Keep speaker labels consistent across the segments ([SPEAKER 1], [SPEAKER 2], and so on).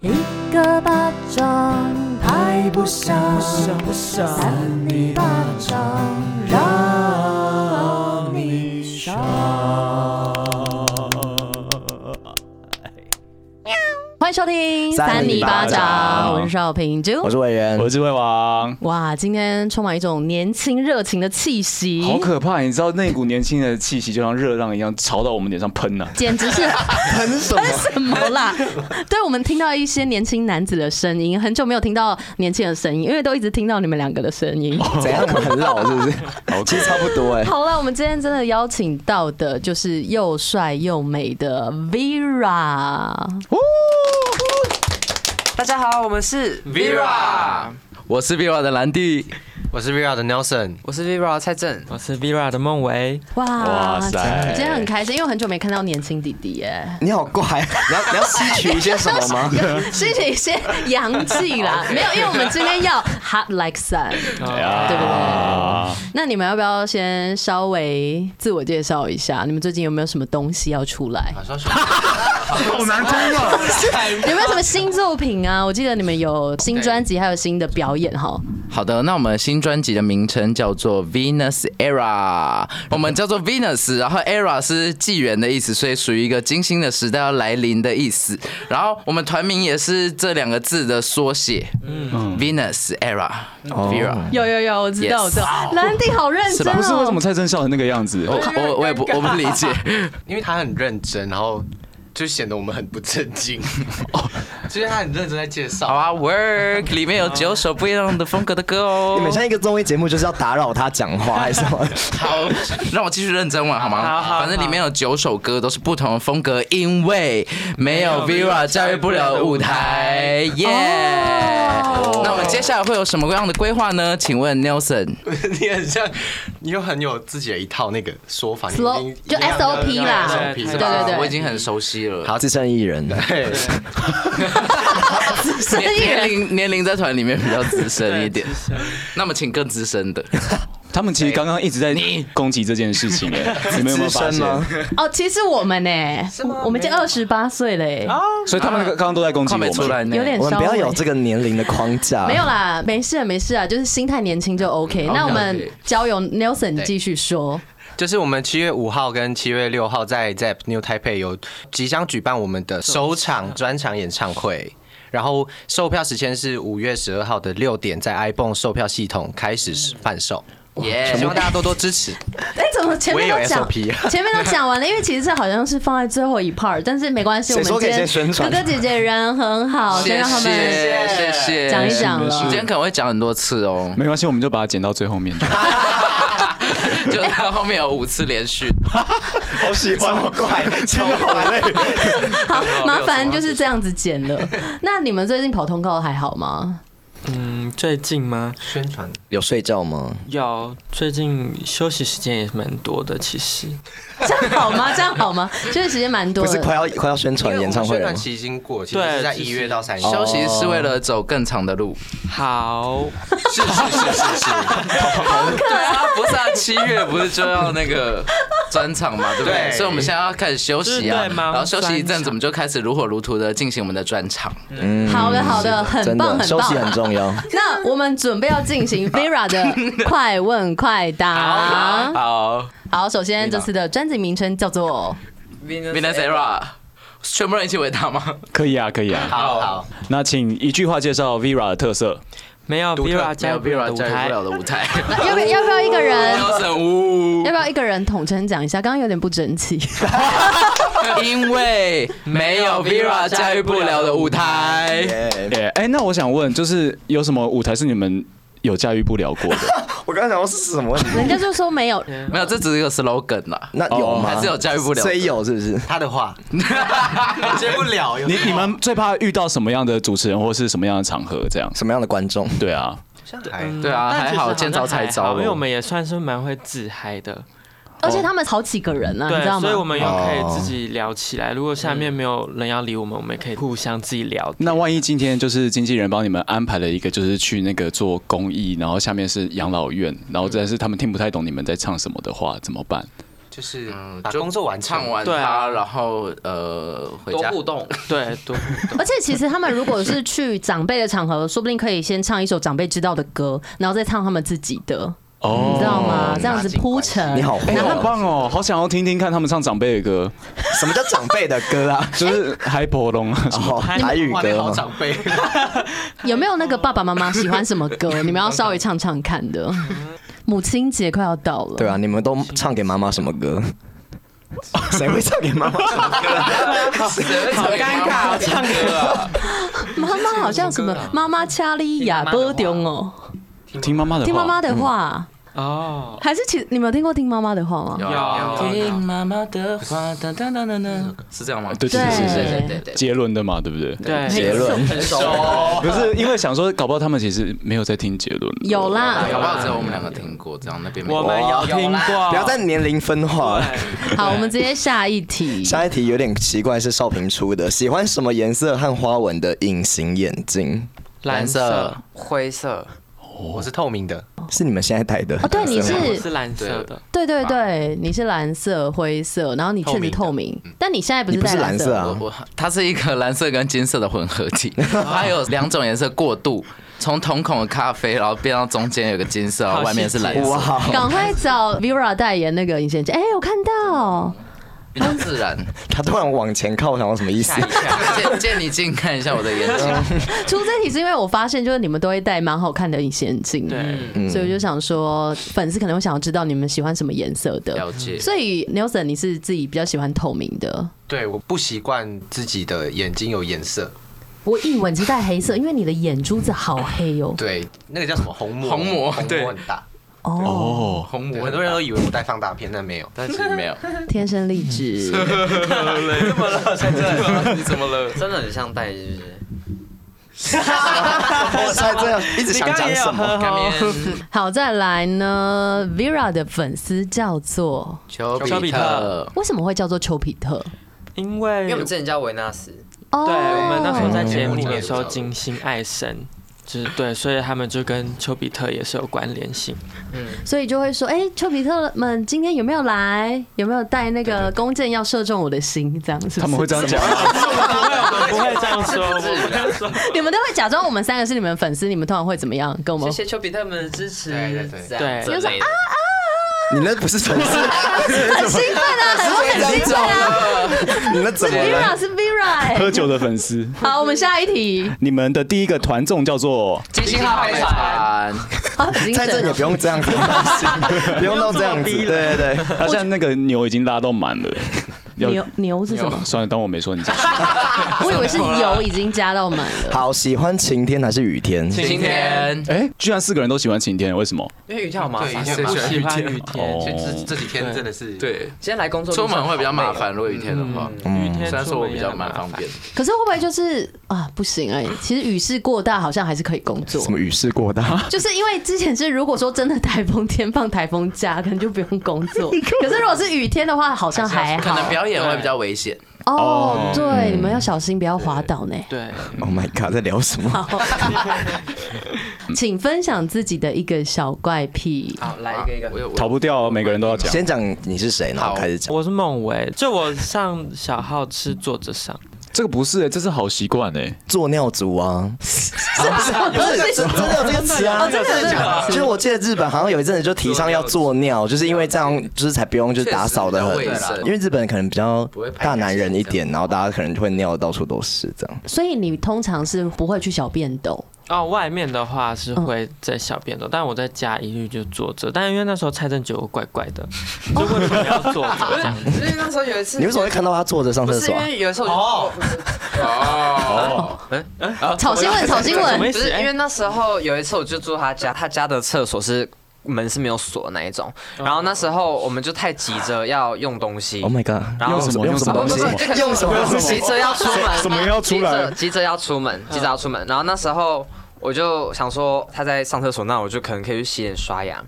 [SPEAKER 1] 一个巴掌拍不响，三你巴掌让你爽。欢迎收听
[SPEAKER 2] 三
[SPEAKER 1] 里
[SPEAKER 2] 里巴掌
[SPEAKER 1] 我是少平啾
[SPEAKER 2] 我是伟人，
[SPEAKER 3] 我是智慧王，
[SPEAKER 1] 哇，今天充满一种年轻热情的气息，
[SPEAKER 3] 好可怕！你知道那股年轻的气息就像热浪一样朝到我们脸上喷呢、
[SPEAKER 1] 简直是
[SPEAKER 2] 喷什么？
[SPEAKER 1] 什么啦？对，我们听到一些年轻男子的声音，很久没有听到年轻人的声音，因为都一直听到你们两个的声音。
[SPEAKER 2] 怎样？我们很老是不是？其实差不多哎。
[SPEAKER 1] 好了，我们今天真的邀请到的就是又帅又美的 Vera，
[SPEAKER 4] 大家好，我们是 Vera，
[SPEAKER 5] 我是 Vera 的兰弟，
[SPEAKER 6] 我是 Vera 的 Nelson，
[SPEAKER 4] 我是 Vera 蔡正，
[SPEAKER 5] 我是 Vera 的孟维。
[SPEAKER 1] 哇
[SPEAKER 3] 哇塞
[SPEAKER 1] 今天很开心，因为我很久没看到年轻弟弟耶，
[SPEAKER 2] 你好怪，你要你要吸取一些什么吗？
[SPEAKER 1] 吸取一些阳气啦。没有，因为我们今天要 Hot Like Sun，
[SPEAKER 3] 哎呀
[SPEAKER 1] 对不对？那你们要不要先稍微自我介绍一下？你们最近有没有什么东西要出来？
[SPEAKER 6] 好像是
[SPEAKER 3] 好难听啊！
[SPEAKER 1] 有没有什么新作品啊？我记得你们有新专辑，还有新的表演哈。
[SPEAKER 5] 好的，那我们新专辑的名称叫做 Venus Era，我们叫做 Venus，然后 Era 是纪元的意思，所以属于一个金星的时代要来临的意思。然后我们团名也是这两个字的缩写，嗯，Venus 哦 Era，Vera。
[SPEAKER 1] 有有有，我知道，
[SPEAKER 5] Yes
[SPEAKER 1] 我知道，兰弟好认真
[SPEAKER 5] 是吧
[SPEAKER 3] 不是为什
[SPEAKER 1] 哦
[SPEAKER 3] 么。蔡真笑成那个样子？
[SPEAKER 5] 我我我也不我不理解，
[SPEAKER 6] 因为他很认真，然后就显得我们很不正 经。哦就是他很认真在 介
[SPEAKER 5] 好
[SPEAKER 6] 绍，
[SPEAKER 5] 啊，Work 里面有九首不一样的风格的歌哦。
[SPEAKER 2] 你们像一个综艺节目，就是要打扰他讲话还是什么？
[SPEAKER 5] 好， 让我继续认真玩好吗？
[SPEAKER 4] 好好
[SPEAKER 5] 反正里面有九首歌都是不同的风格，因为没有 Vera 驾驭不了舞台，耶、
[SPEAKER 1] 哦
[SPEAKER 5] 那我们接下来会有什么样的规划呢？请问 Nelson，
[SPEAKER 6] 你很像，你又很有自己的一套那个说法，你
[SPEAKER 1] Slow-
[SPEAKER 6] 已经
[SPEAKER 1] 就
[SPEAKER 6] 一样的
[SPEAKER 1] SOP 啦对
[SPEAKER 6] 对，SOP 是
[SPEAKER 1] 对
[SPEAKER 6] 吧
[SPEAKER 1] 对
[SPEAKER 5] 我已经很熟悉了。
[SPEAKER 2] 好，自称艺人，
[SPEAKER 6] 对，
[SPEAKER 1] 资深艺
[SPEAKER 5] 年
[SPEAKER 1] 人
[SPEAKER 5] 龄年龄在团里面比较资深一 点，那么请更资深 的。
[SPEAKER 3] 他们其实刚刚一直在攻击这件事情、哎， 你们有没有发
[SPEAKER 2] 资深吗
[SPEAKER 3] 现？
[SPEAKER 1] 哦，其实我们呢，我们已经二十八岁了耶，
[SPEAKER 3] 所以他们刚刚都在攻击
[SPEAKER 5] 快
[SPEAKER 3] 我
[SPEAKER 5] 没出来
[SPEAKER 3] 们。
[SPEAKER 5] 呢，
[SPEAKER 1] 有点
[SPEAKER 2] 我们
[SPEAKER 1] 稍
[SPEAKER 2] 不要
[SPEAKER 1] 微
[SPEAKER 2] 有这个年龄的框架。
[SPEAKER 1] 没有，啦，没事没事啊，就是心态年轻就 OK。那我们交由 Nelson 你继续说。
[SPEAKER 6] 就是我们七月五号跟七月六号在 ZEP New Taipei 有即将举办我们的首场专场演唱会，然后售票时间是五月十二号的六点，在 iPhone 售票系统开始贩售，
[SPEAKER 5] 耶
[SPEAKER 6] 希望大家多多支持。
[SPEAKER 1] 哎，怎么前面
[SPEAKER 6] 我也
[SPEAKER 1] 都
[SPEAKER 6] 有
[SPEAKER 1] 讲
[SPEAKER 6] SOP
[SPEAKER 1] 前面都讲完了？因为其实这好像是放在最后一 part，但是没关系，我
[SPEAKER 2] 谁
[SPEAKER 1] 们
[SPEAKER 2] 说
[SPEAKER 1] 今
[SPEAKER 2] 可以
[SPEAKER 1] 天
[SPEAKER 2] 先宣传
[SPEAKER 1] 哥哥姐姐人很好，先
[SPEAKER 5] 谢
[SPEAKER 1] 让他们
[SPEAKER 5] 谢谢谢，
[SPEAKER 1] 讲一讲了
[SPEAKER 5] 今天可能会讲很多次 哦，
[SPEAKER 3] 没关系，我们就把它剪到最后面。
[SPEAKER 5] 就他后面有五次连续。
[SPEAKER 2] 好喜欢，好怪，真的好累。
[SPEAKER 1] 好，麻烦
[SPEAKER 5] 六十
[SPEAKER 1] 就是这样子剪了。那你们最近跑通告还好吗？
[SPEAKER 7] 嗯，最近吗？
[SPEAKER 6] 宣传
[SPEAKER 2] 有睡觉吗？
[SPEAKER 7] 有，最近休息时间也蛮多的，其实。
[SPEAKER 1] 这样好吗？这样好吗？就是时间蛮多
[SPEAKER 2] 不是
[SPEAKER 1] 的。
[SPEAKER 2] 快要快要宣传演唱会
[SPEAKER 6] 宣
[SPEAKER 2] 了
[SPEAKER 6] 传
[SPEAKER 2] 吗？
[SPEAKER 6] 期已经过，其实
[SPEAKER 7] 对
[SPEAKER 6] 是在
[SPEAKER 7] 就是
[SPEAKER 6] 一月到三月。
[SPEAKER 5] 休息是为了走更长的路，
[SPEAKER 7] 好，
[SPEAKER 5] 是是是是是，好可啊，不是啊，七月不是就要那个专场嘛，对不对？
[SPEAKER 6] 对
[SPEAKER 5] 所以我们现在要开始休息啊，
[SPEAKER 7] 对对忙
[SPEAKER 5] 然后休息一
[SPEAKER 7] 专
[SPEAKER 5] 阵
[SPEAKER 7] 场
[SPEAKER 5] 子，我们就开始如火如荼的进行我们的专场。
[SPEAKER 1] 好的，好的，很
[SPEAKER 2] 嗯真
[SPEAKER 1] 棒，
[SPEAKER 2] 的，
[SPEAKER 1] 很
[SPEAKER 2] 休息很
[SPEAKER 1] 棒。
[SPEAKER 2] 重要。
[SPEAKER 1] 那我们准备要进行 Vera 的快问快答。
[SPEAKER 5] 好
[SPEAKER 1] 好，首先这次的专辑名称叫做
[SPEAKER 5] ，Venus Era，全部人一起回答吗？
[SPEAKER 3] 可以啊，可以啊。
[SPEAKER 6] 好好，
[SPEAKER 3] 那请一句话介绍 Vera 的特色。
[SPEAKER 7] 没有
[SPEAKER 6] 特
[SPEAKER 7] Vera
[SPEAKER 5] 没
[SPEAKER 7] 加
[SPEAKER 5] 有
[SPEAKER 7] Vera
[SPEAKER 5] Vera
[SPEAKER 7] 的舞
[SPEAKER 5] 加入
[SPEAKER 7] 台
[SPEAKER 5] 不，了的舞台，
[SPEAKER 1] 要不要要不要一 个人？
[SPEAKER 5] 高神屋
[SPEAKER 1] 要不要一个人统称讲一下？刚刚有点不争气。
[SPEAKER 5] 因为没有 Vera 驾驭不了的舞台。
[SPEAKER 3] 哎、哎，那我想问，就是有什么舞台是你们有驾驭不了过的？
[SPEAKER 2] 我刚才想说是什么问题？
[SPEAKER 1] 人家就说没有，
[SPEAKER 5] 没有，这只是一个 slogan 啦。
[SPEAKER 2] 那有吗？
[SPEAKER 5] 还是有驾驭不了
[SPEAKER 2] 所以有是不是？
[SPEAKER 6] 他的话接不了，有
[SPEAKER 3] 你你们最怕遇到什么样的主持人或是什么样的场合？这样？
[SPEAKER 2] 什么样的观众？
[SPEAKER 3] 对啊，
[SPEAKER 6] 哎
[SPEAKER 5] 对啊，
[SPEAKER 7] 嗯但其
[SPEAKER 5] 还
[SPEAKER 7] 实
[SPEAKER 5] 好
[SPEAKER 7] 像
[SPEAKER 5] 见招拆
[SPEAKER 7] 还好
[SPEAKER 5] 招咯，
[SPEAKER 7] 因为我们也算是蛮会自嗨的，
[SPEAKER 1] 而且他们好几个人啊，你
[SPEAKER 7] 对
[SPEAKER 1] 知道，吗
[SPEAKER 7] 所以？我们又可以自己聊起来。如果下面没有人要理我们，我们也可以互相自己聊。
[SPEAKER 3] 那万一今天就是经纪人帮你们安排了一个，就是去那个做公益，然后下面是养老院，然后但是他们听不太懂你们在唱什么的话，怎么办？
[SPEAKER 6] 就是
[SPEAKER 5] 嗯
[SPEAKER 6] 把
[SPEAKER 5] 就
[SPEAKER 6] 工作完成
[SPEAKER 5] 唱完
[SPEAKER 7] 对啊
[SPEAKER 5] 它，然后呃回
[SPEAKER 4] 多
[SPEAKER 5] 家
[SPEAKER 4] 互动，
[SPEAKER 7] 对，多
[SPEAKER 1] 而且其实他们如果是去长辈的场合，说不定可以先唱一首长辈知道的歌，然后再唱他们自己的，
[SPEAKER 3] 哦
[SPEAKER 1] 你知道吗？这样子铺陈。
[SPEAKER 2] 你好会
[SPEAKER 3] 哎，
[SPEAKER 2] 哦
[SPEAKER 3] 好棒哦，好想要听听看他们唱长辈的歌，
[SPEAKER 2] 什么叫长辈的歌啊？
[SPEAKER 3] 就是嗨婆龙啊什么。
[SPEAKER 2] 哦，台语
[SPEAKER 6] 画面
[SPEAKER 2] 歌
[SPEAKER 6] 好
[SPEAKER 2] 吗？
[SPEAKER 6] 长辈，
[SPEAKER 1] 有没有那个爸爸妈妈喜欢什么歌？你们要稍微唱唱看的。母亲节快要到了，
[SPEAKER 2] 对啊，你们都唱给妈妈什么 歌？谁会唱给妈妈什么歌啊？谁会
[SPEAKER 5] 好尴尬，唱歌啊！
[SPEAKER 1] 妈妈好像什么妈妈掐利亚波丢哦，
[SPEAKER 3] 听妈妈的话，
[SPEAKER 1] 听妈妈的话，
[SPEAKER 7] 哦，
[SPEAKER 1] 还是其实你们有听过听妈妈的话吗？
[SPEAKER 5] 有
[SPEAKER 7] 有
[SPEAKER 5] 听妈妈的话，哒哒哒哒哒，是这样吗？
[SPEAKER 3] 对对对
[SPEAKER 5] 对
[SPEAKER 1] 对
[SPEAKER 5] 对
[SPEAKER 1] 对
[SPEAKER 5] 对
[SPEAKER 1] 对
[SPEAKER 5] 对。
[SPEAKER 3] 杰伦的嘛，对不对？
[SPEAKER 7] 对，
[SPEAKER 2] 结论
[SPEAKER 5] 很熟，
[SPEAKER 3] 不是因为想说，搞不好他们其实没有在听杰伦。
[SPEAKER 1] 有啦，
[SPEAKER 5] 搞不好只有我们两个听过，这样那边没
[SPEAKER 7] 我们有听过，
[SPEAKER 2] 不要再年龄分化。
[SPEAKER 1] 好，我们直接下一题。
[SPEAKER 2] 下一题有点奇怪，是少平出的。喜欢什么颜色和花纹的隐形眼镜？
[SPEAKER 7] 蓝色，
[SPEAKER 4] 灰色，
[SPEAKER 6] 我是透明的，
[SPEAKER 2] 是你们现在戴的？
[SPEAKER 1] 哦，对，你是
[SPEAKER 7] 我是蓝色的，
[SPEAKER 1] 对对对，你是蓝色、灰色，然后你确实透明，但你现在不
[SPEAKER 2] 你
[SPEAKER 1] 是
[SPEAKER 2] 不
[SPEAKER 1] 戴
[SPEAKER 2] 是蓝色
[SPEAKER 1] 色，
[SPEAKER 2] 啊？
[SPEAKER 5] 我它是一个蓝色跟金色的混合体，它有两种颜色过渡，从瞳孔的咖啡，然后变到中间有个金色，然后外面是蓝色，
[SPEAKER 2] 哇，
[SPEAKER 1] 赶快找 Vera 代言那个隐形眼镜。哎，我看到，
[SPEAKER 5] 比较自然。
[SPEAKER 2] 他突然往前靠，我想说什么意 思？
[SPEAKER 5] 借借你近看一下我的眼睛，
[SPEAKER 1] 出这题是因为我发现，就是你们都会戴蛮好看的隐形眼镜，
[SPEAKER 7] 对，
[SPEAKER 2] 嗯
[SPEAKER 1] 所以我就想说，粉丝可能会想要知道你们喜欢什么颜色的
[SPEAKER 5] 了。解。
[SPEAKER 1] 所以 Nelson，你是自己比较喜欢透明的。
[SPEAKER 6] 对，我不习惯自己的眼睛有颜色，
[SPEAKER 1] 我一闻是戴黑色，因为你的眼珠子好黑哦。
[SPEAKER 6] 对，那个叫什么虹膜，
[SPEAKER 5] 虹膜
[SPEAKER 6] 虹
[SPEAKER 5] 对
[SPEAKER 6] 膜很大，
[SPEAKER 1] 哦，
[SPEAKER 3] 哦，
[SPEAKER 5] 红
[SPEAKER 6] 对
[SPEAKER 5] 魔，
[SPEAKER 6] 很多人都以为我戴放大片，但没有
[SPEAKER 5] 但其实没有。
[SPEAKER 1] 天生丽质。
[SPEAKER 5] 你怎么了？
[SPEAKER 4] 真的很像戴，是不是？
[SPEAKER 2] 我现在这样一直想讲什么？
[SPEAKER 5] 干面
[SPEAKER 1] 好，再来呢，Vera 的粉丝叫做
[SPEAKER 5] 丘
[SPEAKER 7] 丘
[SPEAKER 5] 比
[SPEAKER 7] 比
[SPEAKER 5] 特
[SPEAKER 7] 特，
[SPEAKER 1] 为什么会叫做丘比特？
[SPEAKER 7] 因为
[SPEAKER 4] 因为我们之前叫维纳斯，
[SPEAKER 1] 哦
[SPEAKER 7] 对，我们那时候在节目
[SPEAKER 6] 嗯
[SPEAKER 7] 的时候，金星爱神，就是对，所以他们就跟丘比特也是有关联性。
[SPEAKER 1] 所以就会说，哎、丘比特们今天有没有来？有没有带那个弓箭要射中我的心？这样是不是
[SPEAKER 3] 他们会这样讲，
[SPEAKER 7] 不会这样说，我们不会说。
[SPEAKER 1] 你们都会假装我们三个是你们粉丝，你们通常会怎么样跟我们
[SPEAKER 4] 谢？谢丘比特们的支持，
[SPEAKER 6] 对对对
[SPEAKER 4] 这
[SPEAKER 7] 对
[SPEAKER 4] 样之类的
[SPEAKER 2] 你那不是粉 丝，
[SPEAKER 1] 很兴奋啊，很很兴奋啊
[SPEAKER 2] 你那怎么了？
[SPEAKER 1] ！Vera 是 Vera，、
[SPEAKER 3] 喝酒的粉丝。
[SPEAKER 1] 好，我们下一题。
[SPEAKER 3] 你们的第一个团综叫做
[SPEAKER 5] 金星号飞船，
[SPEAKER 1] 好，精
[SPEAKER 2] 蔡正
[SPEAKER 1] 神
[SPEAKER 2] 也
[SPEAKER 1] 啊
[SPEAKER 2] 不用这样子担心， 不用到这样子。对对对，
[SPEAKER 3] 他现在那个牛已经拉到满了，要
[SPEAKER 1] 牛牛是什么？
[SPEAKER 3] 算了，当我没说，你讲。
[SPEAKER 1] 啊我以为是油已经加到满了。
[SPEAKER 2] 好，喜欢晴天还是雨天？
[SPEAKER 5] 今天
[SPEAKER 3] 哎，居然四个人都喜欢晴天，为什么？
[SPEAKER 4] 因为雨天好麻
[SPEAKER 6] 对
[SPEAKER 4] 烦
[SPEAKER 6] 雨，天
[SPEAKER 4] 所以
[SPEAKER 7] 不喜欢雨天，
[SPEAKER 3] 哦
[SPEAKER 6] 所以这这几天真的是，
[SPEAKER 5] 对
[SPEAKER 4] 今天来工作
[SPEAKER 5] 出
[SPEAKER 4] 路上
[SPEAKER 5] 门会比较麻
[SPEAKER 4] 好累
[SPEAKER 5] 烦，
[SPEAKER 4] 哦。
[SPEAKER 5] 如果雨天的话。
[SPEAKER 1] 嗯
[SPEAKER 7] 雨天
[SPEAKER 5] 虽然说
[SPEAKER 7] 出
[SPEAKER 5] 我
[SPEAKER 7] 门
[SPEAKER 5] 比
[SPEAKER 7] 也
[SPEAKER 5] 较
[SPEAKER 7] 很
[SPEAKER 5] 蛮
[SPEAKER 7] 麻
[SPEAKER 5] 方
[SPEAKER 7] 烦
[SPEAKER 5] 便，，
[SPEAKER 1] 可是会不会就是啊，不行哎、其实雨势过大，好像还是可以工作
[SPEAKER 2] 什。么雨势过大？
[SPEAKER 1] 就是因为之前是如果说真的台风天放台风假，可能就不用工 作。可是如果是雨天的话，好像还
[SPEAKER 5] 可能
[SPEAKER 1] 好。
[SPEAKER 5] 表演会比较危险。
[SPEAKER 1] 哦，对，你们要小心，不要滑倒呢。哦
[SPEAKER 7] 对，
[SPEAKER 2] Oh my god，在聊什么？
[SPEAKER 1] 请分享自己的一个小怪癖。
[SPEAKER 4] 好，来一个一个，
[SPEAKER 5] 我有我
[SPEAKER 3] 逃不掉，啊每个人都要讲。
[SPEAKER 2] 先讲你是谁，然后开始讲。
[SPEAKER 7] 我是孟维，就我上小号是坐着上，
[SPEAKER 3] 这个不是，哎，这是好习惯，哎，
[SPEAKER 2] 做尿族啊，
[SPEAKER 1] 不
[SPEAKER 2] 不是
[SPEAKER 1] 是
[SPEAKER 2] 真真的有这个词啊，真的假的？就是我记得日本好像有一阵子就提倡要做尿，就是因为这样就是才不用就打扫的很
[SPEAKER 5] 确实比较卫生，
[SPEAKER 2] 因为日本可能比较
[SPEAKER 5] 会排
[SPEAKER 2] 大男人一点，然后大家可能就会尿到处都是这样。
[SPEAKER 1] 所以你通常是不会去小便斗。
[SPEAKER 7] 哦，外面的话是
[SPEAKER 1] 嗯
[SPEAKER 7] 会在小便斗，但我在家一律就坐着。但因为那时候蔡正觉得我怪怪的，就为什么要坐着这样？
[SPEAKER 4] 因为那时候有一次
[SPEAKER 2] 你为什么会看到他坐着上
[SPEAKER 4] 不
[SPEAKER 2] 厕
[SPEAKER 4] 是
[SPEAKER 2] 所
[SPEAKER 4] 因
[SPEAKER 2] 啊？
[SPEAKER 4] 为有时候哦，
[SPEAKER 1] 炒新闻，炒新
[SPEAKER 7] 什么
[SPEAKER 1] 闻。
[SPEAKER 7] 意
[SPEAKER 4] 不
[SPEAKER 7] 思？
[SPEAKER 4] 是因为
[SPEAKER 7] 哎
[SPEAKER 4] 那时候有一次我就住他家，他家的厕所是门是没有锁的那一种，然后那时候我们就太急着要用东西
[SPEAKER 2] Oh，my Oh god！
[SPEAKER 4] 然后
[SPEAKER 3] 用什么
[SPEAKER 2] 用什么
[SPEAKER 3] 用
[SPEAKER 2] 东
[SPEAKER 3] 什
[SPEAKER 2] 西
[SPEAKER 3] 么？
[SPEAKER 2] 用什么东西？
[SPEAKER 4] 急着要出门，
[SPEAKER 3] 什么要出来
[SPEAKER 4] 急着急着要出门，急着要出门。然后那时候我就想说他在上厕所，那我就可能可以去洗脸刷牙。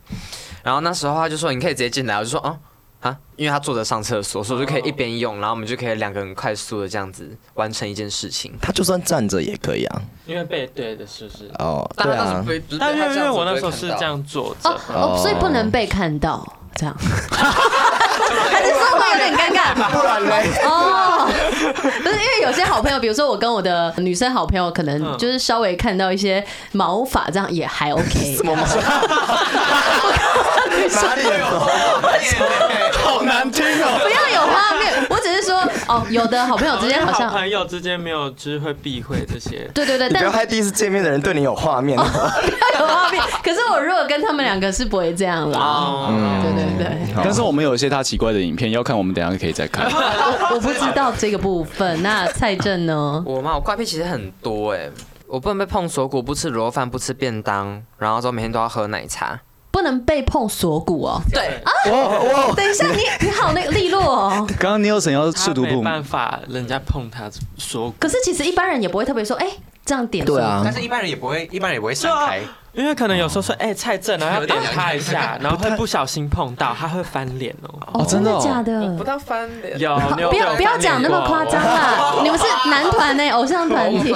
[SPEAKER 4] 然后那时候他就说你可以直接进来，我就说哦啊，因为他坐着上厕所，所以我就可以一边用，然后我们就可以两个人快速的这样子完成一件事情。
[SPEAKER 2] 他就算站着也可以啊。
[SPEAKER 7] 因为背对的是不是？
[SPEAKER 2] 哦，
[SPEAKER 4] 但
[SPEAKER 2] 对
[SPEAKER 4] 他那时候
[SPEAKER 2] 啊
[SPEAKER 4] 不，会不是
[SPEAKER 7] 但因
[SPEAKER 4] 他
[SPEAKER 7] 为
[SPEAKER 4] 这样
[SPEAKER 7] 因为
[SPEAKER 4] 子
[SPEAKER 7] 我
[SPEAKER 4] 不
[SPEAKER 7] 那
[SPEAKER 4] 会
[SPEAKER 1] 哦
[SPEAKER 7] 时候
[SPEAKER 4] 看
[SPEAKER 7] 是
[SPEAKER 4] 到
[SPEAKER 7] 这样坐着
[SPEAKER 1] 哦，哦，所以不能被看到，这样。还是说会有点尴尬？
[SPEAKER 2] 不然嘞，
[SPEAKER 1] 哦，不是因为有些好朋友，比如说我跟我的女生好朋友，可能就是稍微看到一些毛发，这样也还 OK。什么毛
[SPEAKER 2] 哪里有？
[SPEAKER 3] 好难听哦。
[SPEAKER 1] 不要有画面，我只是说哦，有的好朋友之间好像，
[SPEAKER 7] 朋友之间没有就是会避讳这些。
[SPEAKER 1] 对对对，
[SPEAKER 2] 你不
[SPEAKER 1] 但
[SPEAKER 2] 要害第一次见面的人对你有画面哦。
[SPEAKER 1] 要有画面。可是我如果跟他们两个是不会这样啦。
[SPEAKER 7] 哦，
[SPEAKER 1] 对对 对，
[SPEAKER 3] 但是我们有一些他奇怪的影片，要看我们等一下可以再 看。
[SPEAKER 1] 我我不知道这个部分。那蔡正呢？
[SPEAKER 4] 我嘛，我怪癖其实很多哎、我不能被碰锁骨，不吃卤肉饭，不吃便当，然后之后每天都要喝奶茶。
[SPEAKER 1] 不能被碰锁骨哦。
[SPEAKER 4] 对，
[SPEAKER 1] 等一下，你你好那个利落哦。
[SPEAKER 3] 刚刚 Nelson 要
[SPEAKER 7] 他
[SPEAKER 3] 试图
[SPEAKER 7] 没
[SPEAKER 3] 碰，
[SPEAKER 7] 办法，人家碰他锁骨，
[SPEAKER 1] 可是其实一般人也不会特别说，哎，这样点什么
[SPEAKER 2] 对啊
[SPEAKER 6] 但，是一般人也不会，一般人也不会闪开。
[SPEAKER 7] 因为可能有时候说，哎，蔡正，然后要点他一下，然后会不小心碰到，他会翻脸哦。
[SPEAKER 1] 哦，真的
[SPEAKER 3] 哦
[SPEAKER 1] 假的？
[SPEAKER 4] 到翻脸
[SPEAKER 7] 有，你有
[SPEAKER 1] 不要不要讲那么夸张。啦！你们是男团呢、偶像团体，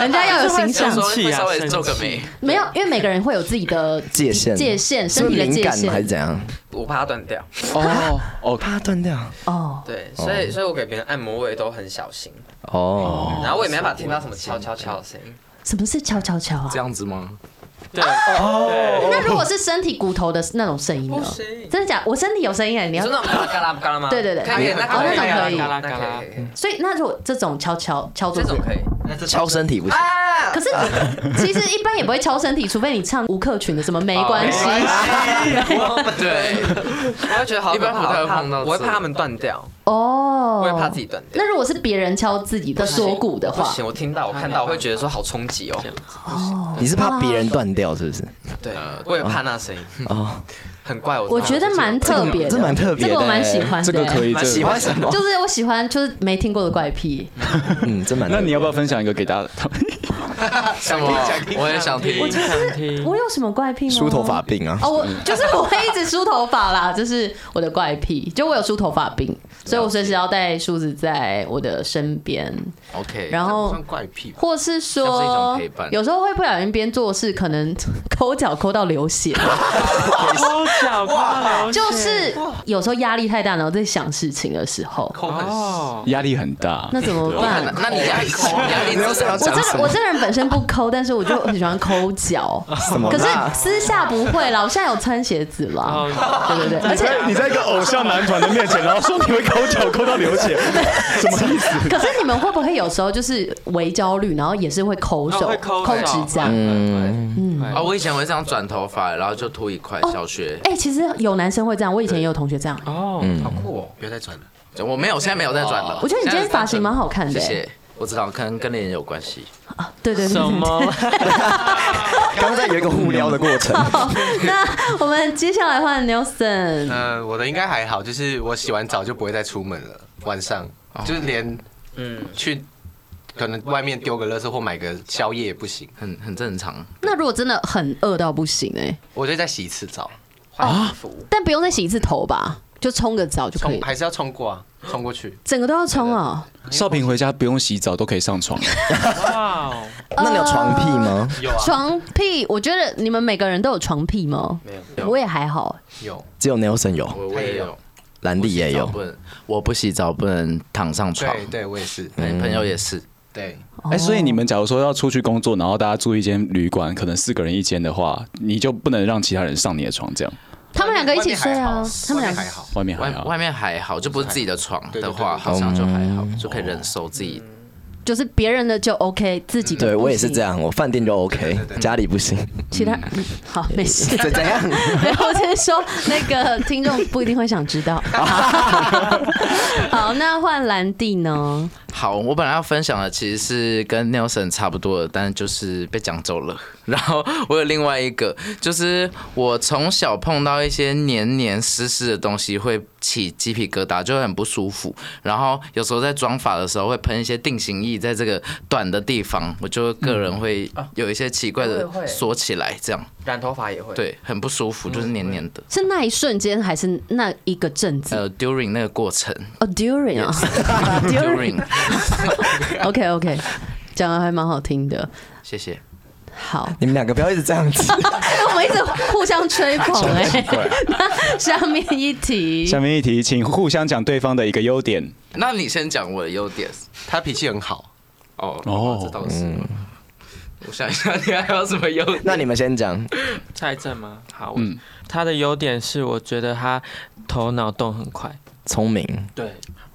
[SPEAKER 1] 人家要有形象
[SPEAKER 7] 有时。候会啊
[SPEAKER 5] 稍
[SPEAKER 7] 稍
[SPEAKER 5] 微
[SPEAKER 7] 微
[SPEAKER 5] 皱
[SPEAKER 7] 皱
[SPEAKER 5] 个
[SPEAKER 7] 个
[SPEAKER 5] 眉
[SPEAKER 7] 眉，
[SPEAKER 1] 没有，因为每个人会有自己的
[SPEAKER 2] 界限
[SPEAKER 1] 界限，
[SPEAKER 2] 是
[SPEAKER 1] 身
[SPEAKER 2] 不
[SPEAKER 1] 体
[SPEAKER 2] 是
[SPEAKER 1] 的
[SPEAKER 2] 敏
[SPEAKER 1] 界
[SPEAKER 2] 感吗还是
[SPEAKER 1] 限。
[SPEAKER 2] 怎样？
[SPEAKER 4] 我怕它断掉。
[SPEAKER 3] 哦哦，
[SPEAKER 2] 怕它断掉
[SPEAKER 1] 哦，
[SPEAKER 4] 对，所以所以我给别人按摩我也都很小心，
[SPEAKER 2] 哦，
[SPEAKER 4] 然后我也没办法听到什么敲敲敲的声音。
[SPEAKER 1] 什么是敲敲敲啊
[SPEAKER 5] 这？样子吗？
[SPEAKER 7] 对，哦，
[SPEAKER 1] 那如果是身体骨头的那种声音呢
[SPEAKER 4] 不？行
[SPEAKER 1] 真的假？我身体有声音哎，你
[SPEAKER 4] 你
[SPEAKER 1] 要
[SPEAKER 4] 说。那种嘎啦嘎啦嘎啦吗？
[SPEAKER 1] 对对对
[SPEAKER 4] 可以，那可以，
[SPEAKER 1] 哦那种可以
[SPEAKER 4] 那那可以，
[SPEAKER 1] 所以那如果这种敲敲敲桌
[SPEAKER 4] 这
[SPEAKER 1] 子
[SPEAKER 4] 种，可以。
[SPEAKER 6] 那这
[SPEAKER 2] 敲身体不行。
[SPEAKER 4] 啊
[SPEAKER 1] 可是 其实一般也不会敲身体，除非你唱吴克群的什么
[SPEAKER 4] 哦
[SPEAKER 1] 没关系。
[SPEAKER 5] 对，
[SPEAKER 4] 我会觉得好
[SPEAKER 5] 一
[SPEAKER 4] 可
[SPEAKER 5] 般不太会
[SPEAKER 4] 怕，我怕
[SPEAKER 5] 碰到
[SPEAKER 4] 我会
[SPEAKER 5] 这
[SPEAKER 4] 怕他们断掉，
[SPEAKER 1] 哦
[SPEAKER 4] 我会怕自己断掉。
[SPEAKER 1] 那如果是别人敲自己的锁骨的
[SPEAKER 4] 不
[SPEAKER 1] 话，
[SPEAKER 4] 行，我听到我看到我会觉得说好冲击哦，
[SPEAKER 1] 哦
[SPEAKER 2] 你是怕别人断掉是不是？
[SPEAKER 1] 啊
[SPEAKER 4] 对，我也怕那声音，
[SPEAKER 2] 哦，
[SPEAKER 4] 很怪我。
[SPEAKER 1] 我觉得蛮特别的，
[SPEAKER 2] 这蛮特别的
[SPEAKER 1] 这个我蛮喜欢的。
[SPEAKER 3] 这个可以，这
[SPEAKER 2] 喜
[SPEAKER 3] 个。
[SPEAKER 2] 欢什么？
[SPEAKER 1] 就是我喜欢，就是没听过的怪癖。
[SPEAKER 2] 嗯，真蛮特别的。
[SPEAKER 3] 那你要不要分享一个给大家？
[SPEAKER 5] 什么？我也想听。
[SPEAKER 7] 想听。
[SPEAKER 1] 我有什么怪癖吗？
[SPEAKER 2] 梳头发。病啊？
[SPEAKER 1] 哦，我就是我会一直梳头发啦， 这是我的怪癖。就我有梳头发病，所以我随时要带梳子在我的身边，
[SPEAKER 5] OK，
[SPEAKER 1] 然后
[SPEAKER 5] 怪癖吧。
[SPEAKER 1] 或是
[SPEAKER 5] 像是一种
[SPEAKER 1] 说
[SPEAKER 5] 陪伴
[SPEAKER 1] 有时候会不小心边做事，可能 抠脚抠到 流血，
[SPEAKER 7] 抠脚抠流血
[SPEAKER 1] 就是有时候压力太大，然后在想事情的时候，
[SPEAKER 7] 哦，
[SPEAKER 3] 压力很大，
[SPEAKER 1] 那怎么办？
[SPEAKER 5] 那你压力压力
[SPEAKER 2] 你要
[SPEAKER 5] 真
[SPEAKER 2] 想要
[SPEAKER 5] 的
[SPEAKER 1] 我
[SPEAKER 2] 讲
[SPEAKER 1] 这
[SPEAKER 2] 什
[SPEAKER 1] 个我
[SPEAKER 2] 么？
[SPEAKER 1] 这个人本身不抠，但是我就很喜欢抠脚，
[SPEAKER 2] 什么
[SPEAKER 1] 可是
[SPEAKER 2] 啦
[SPEAKER 1] 私下不会啦，我现在有穿鞋子啦，
[SPEAKER 7] 哦
[SPEAKER 1] 对对对，而且
[SPEAKER 3] 你在一个偶像男团的面前，然后说你会抠脚抠到流 血，什么意思？
[SPEAKER 1] 可是你们会不会有时候就是微焦虑，然后也是会抠手、
[SPEAKER 7] 哦会抠手
[SPEAKER 1] 指甲？
[SPEAKER 2] 嗯，
[SPEAKER 5] 啊！我以前会这样转头发，然后就秃一块。小学
[SPEAKER 1] 哎、其实有男生会这样，我以前也有同学这样。
[SPEAKER 7] 哦，
[SPEAKER 6] 嗯
[SPEAKER 5] 好酷哦！不要再转了，我没有，现在没有再转了。
[SPEAKER 1] 我觉得你今天发型蛮好看的、
[SPEAKER 5] 谢
[SPEAKER 1] 哎
[SPEAKER 5] 谢。我知道，可能跟脸有关系。
[SPEAKER 1] 对对对
[SPEAKER 7] 什
[SPEAKER 1] 对。
[SPEAKER 7] 么？
[SPEAKER 2] 刚才有一个互撩的过 程，
[SPEAKER 1] 好，那 我们接下来换 Nelson。
[SPEAKER 6] 呃，我的应该还好，就是我洗完澡就不会再出门了，晚上就是连
[SPEAKER 4] 嗯，
[SPEAKER 6] 去可能外面丢个垃圾或买个宵夜也不行，
[SPEAKER 5] 很很正常。
[SPEAKER 1] 那如果真的很饿到不行哎、
[SPEAKER 6] 我就再洗一次澡，
[SPEAKER 4] 换衣服，
[SPEAKER 1] 但不用再洗一次头吧，就冲个澡就可以
[SPEAKER 6] 冲，还是要冲过啊，冲过去。
[SPEAKER 1] 整个都要冲哦、
[SPEAKER 3] 少平回家不用洗澡都可以上床了，
[SPEAKER 7] 哇哦，
[SPEAKER 2] 那你有床癖吗？
[SPEAKER 6] 有啊，
[SPEAKER 1] 床屁，我觉得你们每个人都有床屁吗？
[SPEAKER 4] 没有，
[SPEAKER 1] 我也还好，
[SPEAKER 6] 有，
[SPEAKER 2] 只有 Nelson 有，
[SPEAKER 5] 我我也有，
[SPEAKER 2] 兰迪也
[SPEAKER 5] 洗澡
[SPEAKER 2] 有。
[SPEAKER 5] 不能，我不洗澡不能躺上床。
[SPEAKER 6] 对对，我嗯也是，
[SPEAKER 5] 对，朋友也是。
[SPEAKER 6] 对，
[SPEAKER 1] 哦
[SPEAKER 3] 哎、所以你们假如说要出去工作，然后大家住一间旅馆，可能四个人一间的话，你就不能让其他人上你的床，这样
[SPEAKER 1] 他们两个一起睡啊，他们
[SPEAKER 6] 外
[SPEAKER 1] 两
[SPEAKER 6] 面
[SPEAKER 1] 个
[SPEAKER 6] 还好，
[SPEAKER 3] 外面还
[SPEAKER 5] 外
[SPEAKER 3] 好。
[SPEAKER 5] 外面还好，就不是自己的床
[SPEAKER 6] 对对
[SPEAKER 5] 的
[SPEAKER 6] 对
[SPEAKER 5] 话，
[SPEAKER 6] 对
[SPEAKER 5] 好像就还好，就可以忍受自己。
[SPEAKER 1] 就是别人的就 OK，自己的
[SPEAKER 2] 对
[SPEAKER 1] 不
[SPEAKER 2] 我也是
[SPEAKER 1] 行
[SPEAKER 2] 这，样，我饭店就 OK，家里不行。
[SPEAKER 1] 其他嗯好没事。
[SPEAKER 2] 怎怎样？
[SPEAKER 1] 然后我先说，那个听众不一定会想知 道。好，那换兰蒂呢？
[SPEAKER 5] 好，我本来要分享的其实是跟 Nelson 差不多的，但是就是被讲走了。然后我有另外一个，就是我从小碰到一些黏黏湿湿的东西会起鸡皮疙瘩，就会很不舒服。然后有时候在妆发的时候会喷一些定型液在这个短的地方，我就个人会有一些奇怪
[SPEAKER 4] 嗯啊我
[SPEAKER 5] 的
[SPEAKER 4] 也会
[SPEAKER 5] 缩起来，这样
[SPEAKER 4] 染头发也会。，
[SPEAKER 5] 对，很不舒服，就是黏黏的。
[SPEAKER 1] 是那一瞬间，还是那一个阵子？
[SPEAKER 5] 呃，during 那个过程
[SPEAKER 1] 哦，during 啊
[SPEAKER 5] ，during，
[SPEAKER 1] ，OK OK，讲的还蛮好听的。
[SPEAKER 5] 谢谢。
[SPEAKER 1] 好，
[SPEAKER 2] 你们两个不要一直这样 子。
[SPEAKER 1] 我们一直互相吹捧哎、那下面一题，
[SPEAKER 3] 下面一题，请互相讲对方的一个优点。
[SPEAKER 5] 那你先讲我的优点
[SPEAKER 6] 他脾气很好，
[SPEAKER 5] 哦，
[SPEAKER 3] 哦
[SPEAKER 5] 这倒是。我想一下，你还有什么优点？
[SPEAKER 2] 那你们先讲，
[SPEAKER 7] 蔡正吗？好，
[SPEAKER 3] 嗯
[SPEAKER 7] 他的优点是我觉得他头脑动很快，
[SPEAKER 2] 聪明，
[SPEAKER 7] 对，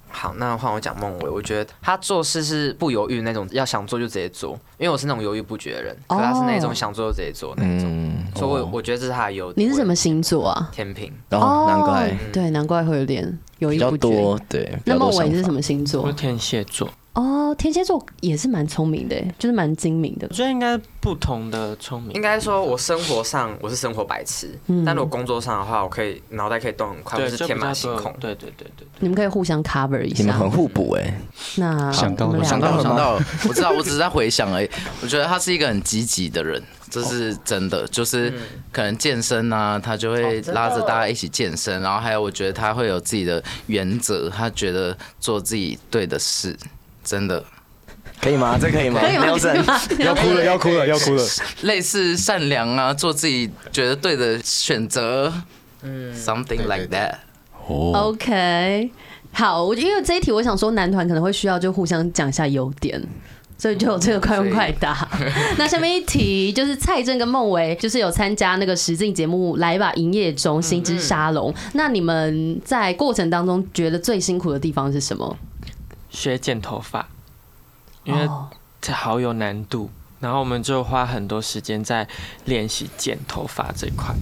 [SPEAKER 4] 好，那换我讲孟伟，我觉得他做事是不犹豫那种，要想做就直接做，因为我是那种犹豫不决的人，
[SPEAKER 1] 哦
[SPEAKER 4] 可他是那种想做就直接做那种，
[SPEAKER 2] 嗯，
[SPEAKER 4] 所以我我觉得这是他的优点。
[SPEAKER 1] 你是什么？星座啊？
[SPEAKER 4] 天平，
[SPEAKER 2] 然后难怪
[SPEAKER 1] 对，难怪会有点犹
[SPEAKER 2] 比
[SPEAKER 1] 豫
[SPEAKER 2] 较
[SPEAKER 1] 不决。
[SPEAKER 2] 多，对，
[SPEAKER 1] 那孟伟
[SPEAKER 2] 伟
[SPEAKER 1] 是什么星
[SPEAKER 7] 我
[SPEAKER 1] 座
[SPEAKER 7] 是？天蝎座，
[SPEAKER 1] 哦，天蝎座也是蛮聪明的，就是蛮精明的
[SPEAKER 7] 我。觉得应该不同的聪明，
[SPEAKER 4] 应该说我生活上我是生活白痴，
[SPEAKER 1] 嗯
[SPEAKER 4] 但如果工作上的话，我可以脑袋可以动很快，我
[SPEAKER 7] 对，
[SPEAKER 4] 是
[SPEAKER 7] 就比
[SPEAKER 4] 天马
[SPEAKER 7] 较
[SPEAKER 4] 行
[SPEAKER 7] 多
[SPEAKER 4] 空。
[SPEAKER 7] 对对对对
[SPEAKER 1] 你们可以互相 cover 一
[SPEAKER 2] 你们
[SPEAKER 1] 下
[SPEAKER 2] 很。互补哎，
[SPEAKER 1] 那
[SPEAKER 3] 想到
[SPEAKER 1] 我们
[SPEAKER 3] 了
[SPEAKER 1] 两
[SPEAKER 5] 想
[SPEAKER 1] 个
[SPEAKER 5] 到
[SPEAKER 2] 了
[SPEAKER 5] 了，
[SPEAKER 2] 吗
[SPEAKER 5] 想到了，我知道，我只是在回想而已。 我觉得他是一个很积极的人，这是真的，就是可能健身啊，他就会拉着大家一起健身，然后还有我觉得他会有自己的原则，他觉得做自己对的事，真的
[SPEAKER 2] 可以吗？这可以吗？
[SPEAKER 1] 可以吗？可以
[SPEAKER 2] Nelson，
[SPEAKER 1] 吗
[SPEAKER 3] 要哭了，要哭了，要哭了。
[SPEAKER 5] 类似善良啊，做自己觉得对的选择，嗯，something like that。
[SPEAKER 3] 哦，
[SPEAKER 1] OK，好，我因为这一题，我想说男团可能会需要就互相讲一下优点。所以就有
[SPEAKER 7] 嗯
[SPEAKER 1] 这个快问快 答。那下面一题就是蔡正跟孟维，就是有参加那个实境节目《来吧营业
[SPEAKER 7] 嗯
[SPEAKER 1] 中心之沙龙》。那你们在过程当中觉得最辛苦的地方是什么？
[SPEAKER 7] 学剪头发，因为
[SPEAKER 1] 哦
[SPEAKER 7] 这好有难度，然后我们就花很多时间在练习剪头发这块，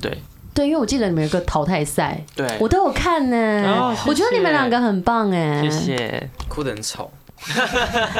[SPEAKER 7] 对
[SPEAKER 1] 对，因为我记得你们有个淘汰赛，
[SPEAKER 7] 对
[SPEAKER 1] 我都有看呢、
[SPEAKER 7] 哎哦谢谢
[SPEAKER 1] 我觉得你们两个很棒哎、
[SPEAKER 7] 谢谢，
[SPEAKER 4] 哭得很丑。